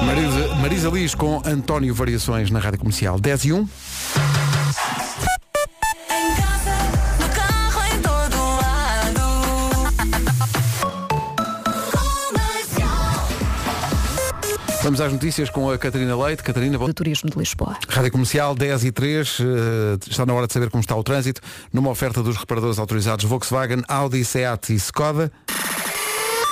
A: Marisa, Marisa Liz com António Variações na Rádio Comercial 10 e 1.
E: Em casa, no carro, em todo lado. Comercial.
A: Vamos às notícias com a Catarina Leite. Catarina, bom...
Q: do Turismo de Lisboa.
A: Rádio Comercial 10 e 3, está na hora de saber como está o trânsito, numa oferta dos reparadores autorizados Volkswagen, Audi, Seat e Skoda.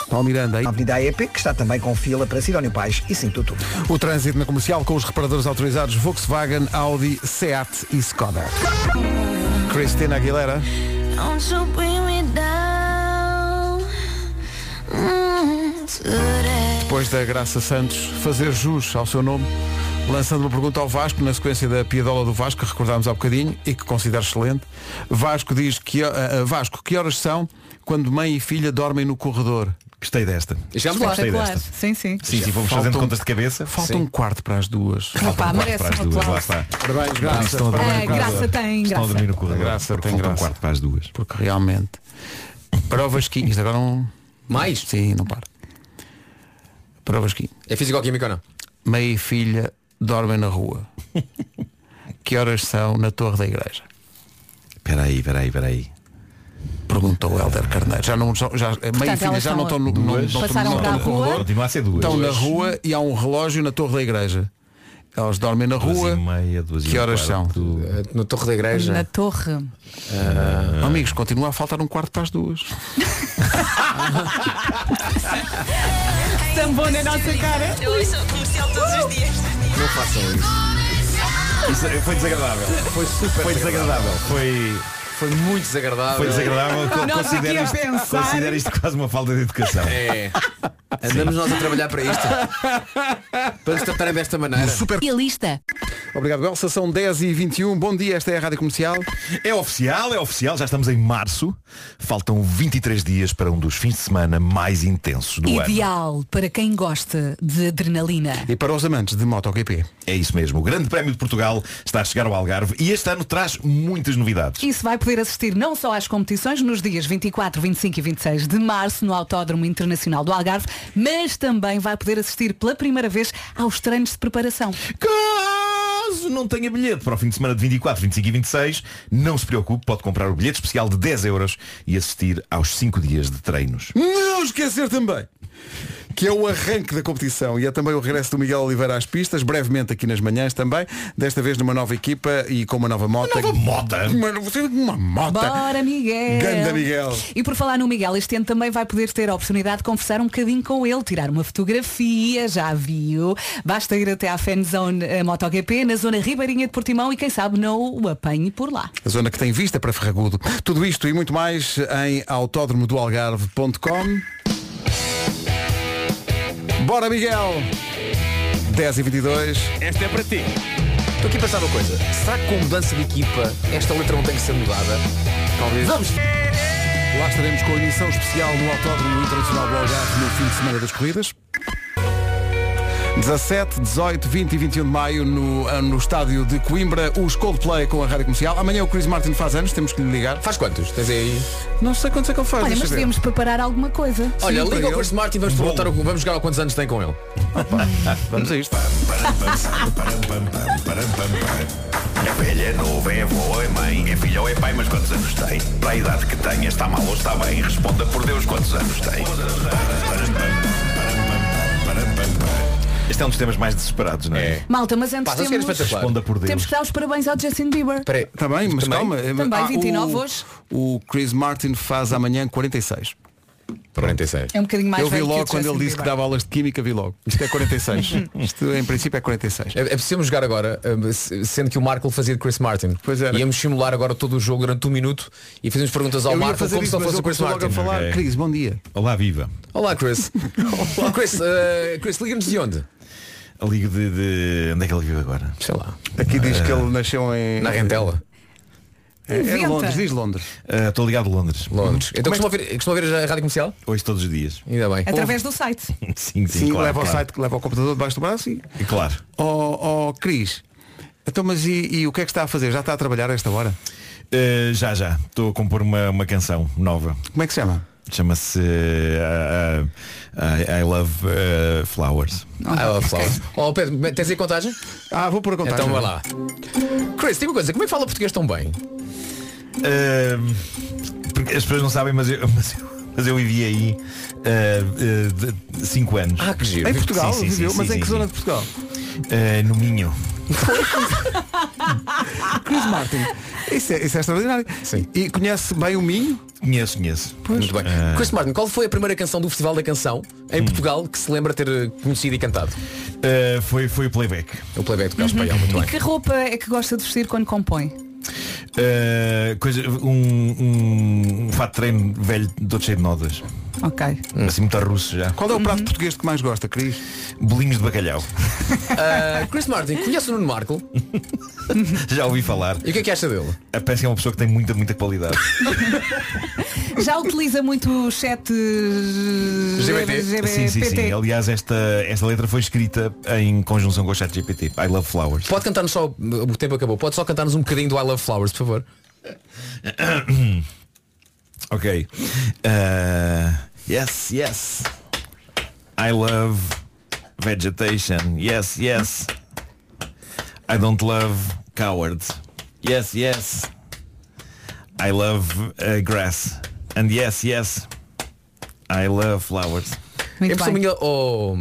A: Paulo Miranda aí.
C: Avenida AEP, que está também com fila para Sidónio Pais e Sinto Tudo.
A: O trânsito na comercial com os reparadores autorizados Volkswagen, Audi, Seat e Skoda. Cristina Aguilera.
E: Don't you bring me down mm, today.
A: Depois da Graça Santos fazer jus ao seu nome, lançando uma pergunta ao Vasco, na sequência da piadola do Vasco, que recordámos há bocadinho e que considero excelente. Vasco diz que, ah, ah, Vasco, que horas são quando mãe e filha dormem no corredor?
L: Gostei desta. Gostei
D: Espetacular.
L: desta.
D: Sim, sim.
L: Sim, sim, vamos fazendo contas de cabeça.
A: Falta
L: Sim.
A: um quarto para as duas.
D: Epá,
L: Falta um quarto
D: merece
L: para as
D: um
L: duas, lá
D: aplauso.
L: está.
A: Parabéns, Graça.
L: Não, Estão a dormir
D: É,
L: no corredor.
D: Graça tem
L: Estão a
D: graça.
L: dormir no
A: A
L: corredor.
A: graça
L: porque
A: tem
L: falta um
A: graça.
L: quarto para as duas.
A: Porque realmente. Para o Vasquinho, isto agora não. Mais? Sim, não para. Para o Vasquinho.
H: É físico-químico ou não?
A: Mãe e filha dormem na rua. que horas são na torre da igreja?
L: Espera aí, espera aí, espera aí.
A: Perguntou o Helder Carneiro. Já não, já, já- mãe e
D: Portanto,
A: filha
D: elas
A: já não estão
D: estão
A: no, não,
L: Duas.
A: não,
D: Passaram
A: não, estão
D: para a
A: no
D: rua.
A: corredor.
L: Continua a ser duas.
A: Estão na
L: Duas.
A: rua e há um relógio na torre da igreja. Elas dormem na
L: Duas
A: rua.
L: e meia, duas e um
A: Que horas
L: quarto.
H: Na Eh, torre da igreja.
D: Na torre.
L: Ah.
A: Amigos, continua a faltar um quarto para as duas.
D: Tão bom na nossa cara.
E: Eu ouço o comercial todos os dias.
L: Não façam isso. Isso foi desagradável.
H: Foi super
L: Foi desagradável. Foi.
H: Foi muito desagradável.
L: Foi desagradável.
H: Nós aqui a
L: Considero isto-
H: pensar.
L: Considero isto quase uma falta de educação.
H: É. Andamos nós a trabalhar para isto. Para nos tratarem desta maneira.
A: Super.
Q: Realista.
A: Obrigado, Elsa. São 10 e 21 Bom dia, esta é a Rádio Comercial.
L: É oficial, é oficial, já estamos em março. Faltam 23 dias para um dos fins de semana mais intensos do ano.
D: Ideal para quem gosta de adrenalina.
A: E para os amantes de MotoGP.
L: É isso mesmo. O Grande Prémio de Portugal está a chegar ao Algarve e este ano traz muitas novidades.
D: E se vai poder assistir não só às competições nos dias 24, 25 e 26 de março no Autódromo Internacional do Algarve, mas também vai poder assistir pela primeira vez aos treinos de preparação.
L: Caso não tenha bilhete para o fim de semana de 24, 25 e 26, não se preocupe, pode comprar o bilhete especial de 10 euros e assistir aos 5 dias de treinos.
A: Não esquecer também que é o arranque da competição e é também o regresso do Miguel Oliveira às pistas, brevemente aqui nas manhãs também, desta vez numa nova equipa e com uma nova moto. Uma nova
L: moto?
A: Uma, uma moto.
D: Bora, Miguel!
A: Ganda Miguel.
D: E por falar no Miguel, este ano também vai poder ter a oportunidade de conversar um bocadinho com ele, tirar uma fotografia, já viu? Basta ir até à Fanzone eh, MotoGP, na zona Ribeirinha de Portimão e quem sabe não o apanhe por lá.
A: A zona que tem vista para Ferragudo. Tudo isto e muito mais em autódromo do Algarve.com. Bora Miguel! 10 e 22
H: Esta é para ti. Estou aqui a pensar uma coisa. Será que com mudança de equipa esta letra não tem que ser mudada? Talvez. Vamos!
A: Lá estaremos com a emissão especial no Autódromo Internacional do Algarve no fim de semana das corridas. 17, 18, 20 e 21 de maio no, ah, no estádio de Coimbra, os Coldplay com a rádio comercial. Amanhã o Chris Martin faz anos, temos que lhe ligar.
H: Faz quantos? Tens aí?
A: Não sei quantos é que ele faz.
D: Olha,
A: deixa
D: mas
A: ver.
D: devíamos preparar alguma coisa.
H: Olha,
A: Sim, para
H: liga ao
A: ele.
H: Chris Martin e vamos,
A: Bom.
H: perguntar o- vamos jogar quantos anos tem com ele.
A: Vamos a isto.
O: É velha, é nova, é avó, é mãe, é filho ou é pai, mas quantos anos tem? Para a idade que tem, está mal ou está bem? Responda por Deus quantos anos tem.
L: Este é um dos temas mais desesperados, não é?
D: Malta, mas antes
L: Pá, sabes que era
D: temos,
L: espetacular? Responda por Deus.
D: temos que dar os parabéns ao Justin Bieber.
A: Está Tá bem, mas
D: Também?
A: calma. eh, ah,
D: Também, 29
A: o,
D: hoje.
A: O Chris Martin faz amanhã 46.
H: 46.
D: É um bocadinho mais
A: Eu vi
D: velho que
A: logo
D: o
A: quando
D: Justin
A: ele disse que
D: Bieber.
A: dava aulas de química, vi logo. Isto é 46. Isto em princípio é 46.
H: É, é preciso jogar agora, hum, se- sendo que o Marco fazia de Chris Martin. Pois é. Íamos simular agora todo o jogo durante um minuto e fazíamos perguntas ao
A: Eu ia
H: Marco
A: fazer
H: como
A: isso,
H: se ele
A: mas eu
H: fosse o Chris
A: comecei logo
H: Martin.
A: a falar, Ok. Chris, bom dia.
L: Olá, viva.
H: Olá, Chris. Olá, Chris, eh, Chris liga-nos de onde?
L: A liga de, de- Onde é que ele vive agora?
H: Sei lá.
A: Aqui diz que ele nasceu em.
H: Na Rentela.
A: É, é de
H: Inventa.
A: Londres, diz Londres.
L: Ah, Estou ligado a Londres.
H: Londres. Então
A: é
H: costuma ouvir, costuma ouvir a rádio comercial?
L: Hoje todos os dias.
H: Ainda bem.
D: Através do site.
L: Sim, sim,
A: Sim,
L: claro,
A: leva
L: claro.
A: ao site, leva ao computador debaixo do braço e.
L: E Claro.
A: Oh, oh Cris, então mas e, e o que é que está a fazer? Já está a trabalhar a esta hora?
L: Eh, já, já. Estou a compor uma, uma canção nova.
A: Como é que se chama?
L: Chama-se eh, ah, ah, I, I Love eh, Flowers.
H: Ah, oh, Flávio. Oh, Pedro, tens aí contagem?
A: Ah, vou pôr a contagem.
H: Então vai lá. Chris, tem uma coisa, como é que fala português tão bem?
L: Eh, porque as pessoas não sabem, mas eu, mas eu- Mas eu vivi aí eh, 5 anos.
H: Ah, que giro.
A: Em Portugal viveu? Mas em que zona de Portugal?
L: Eh, no Minho.
A: Ah, Chris Martin. Isso é, isso é extraordinário. Sim. E conhece bem o Minho?
L: Conheço, conheço.
H: Muito bem. Chris Martin, qual foi a primeira canção do Festival da Canção em Portugal que se lembra ter eh, conhecido e cantado?
L: Eh,
H: É
L: foi, foi o Playback.
H: O Playback do Carlos Paião, muito
D: E
H: bem.
D: que roupa é que gosta de vestir quando compõe?
L: Eh, coisa, um, um fato de treino velho, todo cheio de nodas.
D: Ok.
H: Hum.
L: Assim muito russo já.
A: Qual é o prato português que mais gosta, Cris?
L: Bolinhos de bacalhau.
H: Ah, Chris Martin, conhece o Nuno Marco?
L: já ouvi falar.
H: E o que é que acha dele?
L: Parece que é uma pessoa que tem muita, muita qualidade.
D: Já utiliza muito o chat eh, GBT?
L: Sim, sim, sim. Aliás, esta, esta letra foi escrita em conjunção com o chat GPT. I love flowers.
H: Pode cantar-nos só, o tempo acabou, pode só cantar-nos um bocadinho do I Love Flowers, por favor.
L: ok. Uh, yes, yes. I love vegetation. Yes, yes. I don't love cowards. Yes, yes. I love uh, grass. And yes, yes. I love flowers.
H: Muito é pessoa minha, oh,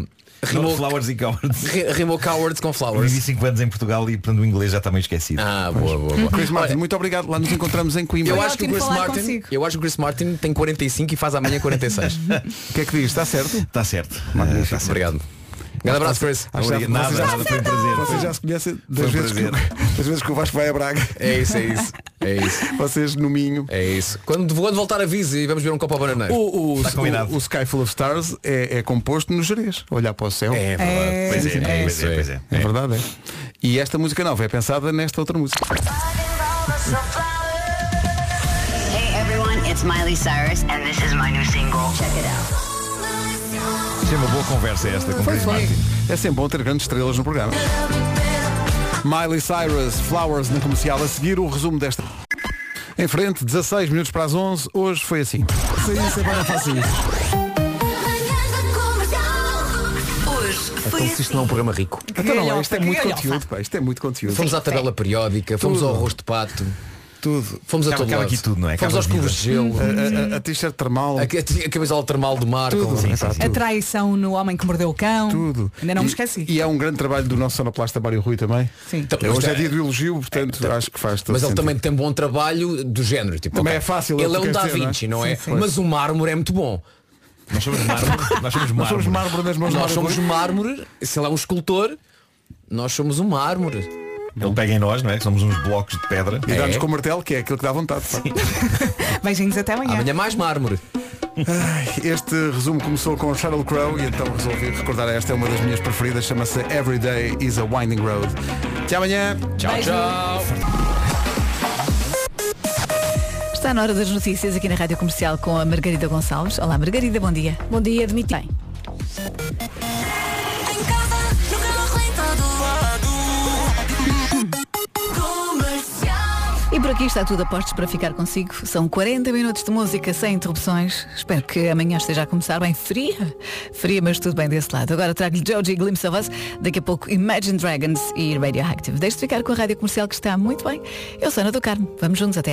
L: Não, flowers e cowards.
H: ri- Rimou cowards com flowers.
L: Vivi 5 anos em Portugal e portanto o inglês já está meio esquecido.
H: Ah, boa, boa, boa.
A: Chris Martin, muito obrigado. Lá nos encontramos em Coimbra.
H: Eu acho, que o Chris Martin, eu acho que o Chris Martin tem 45 e faz amanhã 46.
A: O que é que diz? Está certo?
L: Está Tá certo. É,
A: Magnífico.
H: Obrigado. Grande abraço, Chris.
A: Acho que já- vocês já- Vocês já se conhecem das vezes, que, das vezes que o Vasco vai a Braga.
H: É isso, é isso. É isso.
A: Vocês no Minho.
H: É isso. Quando, quando voltar avise e vamos ver um copo ao bananeiro.
A: O, o,
H: Está combinado.
A: o, o Sky Full of Stars é, é composto no Jerez. Olhar para o céu. É
H: verdade. É, Pois é,
L: sim, é, pois sim. é, pois é.
A: É verdade, é. E esta música nova é pensada nesta outra música.
Q: Hey everyone, it's Miley Cyrus and this is my new single. Check it out.
L: Tinha uma boa conversa esta com
A: Foi,
L: Chris
A: foi.
L: Martin.
A: É sempre bom ter grandes estrelas no programa. Miley Cyrus, Flowers na comercial. A seguir o resumo desta. Em frente, 16 minutos para as 11. Hoje foi assim. Sim, sempre era fácil.
Q: Hoje foi
H: Então se isto não é um programa rico.
A: Então não é, isto é muito conteúdo, pá. Isto é muito conteúdo.
H: Fomos à tabela periódica, fomos
A: Tudo.
H: ao rosto de pato.
A: Tudo.
H: Fomos a
A: Acaba-
H: todo
A: acaba
H: lado.
A: aqui tudo, não é?
H: Fomos
A: Acaba
H: aos cubos de
A: a
H: gelo.
A: vida. A- a- a t-shirt termal.
H: A, a, a camisola termal do Marco.
A: Tudo. Sim, sim,
D: A traição no homem que mordeu o cão.
A: Tudo.
D: Ainda não me
A: E-
D: esqueci.
A: E é um grande trabalho do nosso sonoplasta Mário Rui também.
D: Sim.
H: Então,
A: Hoje é dia do elogio, portanto acho que faz todo
H: Mas ele
A: sentido.
H: também tem bom trabalho do género. Tipo,
A: Também
H: ok,
A: é fácil, é o
H: Ele
A: que
H: é um
A: quer
H: Da
A: dizer, não é?
H: Vinci, não é?
A: Sim, sim.
H: Mas o mármore é muito bom.
L: Nós somos mármore. Nós somos
A: Nós somos mármore é das mãos de
H: Nós
A: Mário
H: somos
A: Rui.
H: mármore. Se ele é um escultor, nós somos um mármore.
L: Ele pega em nós, não é? Que somos uns blocos de pedra.
A: E dá-nos com o martelo, que é aquilo que dá vontade. pá.
D: Beijinhos até amanhã.
H: Amanhã mais mármore.
A: Ai, Este resumo começou com Sheryl Crow e então resolvi recordar esta, é uma das minhas preferidas, chama-se Everyday is a Winding Road. Até amanhã.
H: Tchau, tchau.
R: Está na hora das notícias aqui na Rádio Comercial com a Margarida Gonçalves. Olá Margarida, bom dia. Bom dia, admiti. Bem, E por aqui está tudo a postos para ficar consigo. São 40 minutos de música sem interrupções. Espero que amanhã esteja a começar bem fria. Fria, mas tudo bem desse lado. Agora trago-lhe Joji Glimpse of Us. Daqui a pouco Imagine Dragons e Radioactive. Deixe-te ficar com a Rádio Comercial que está muito bem. Eu sou Ana do Carmo. Vamos juntos até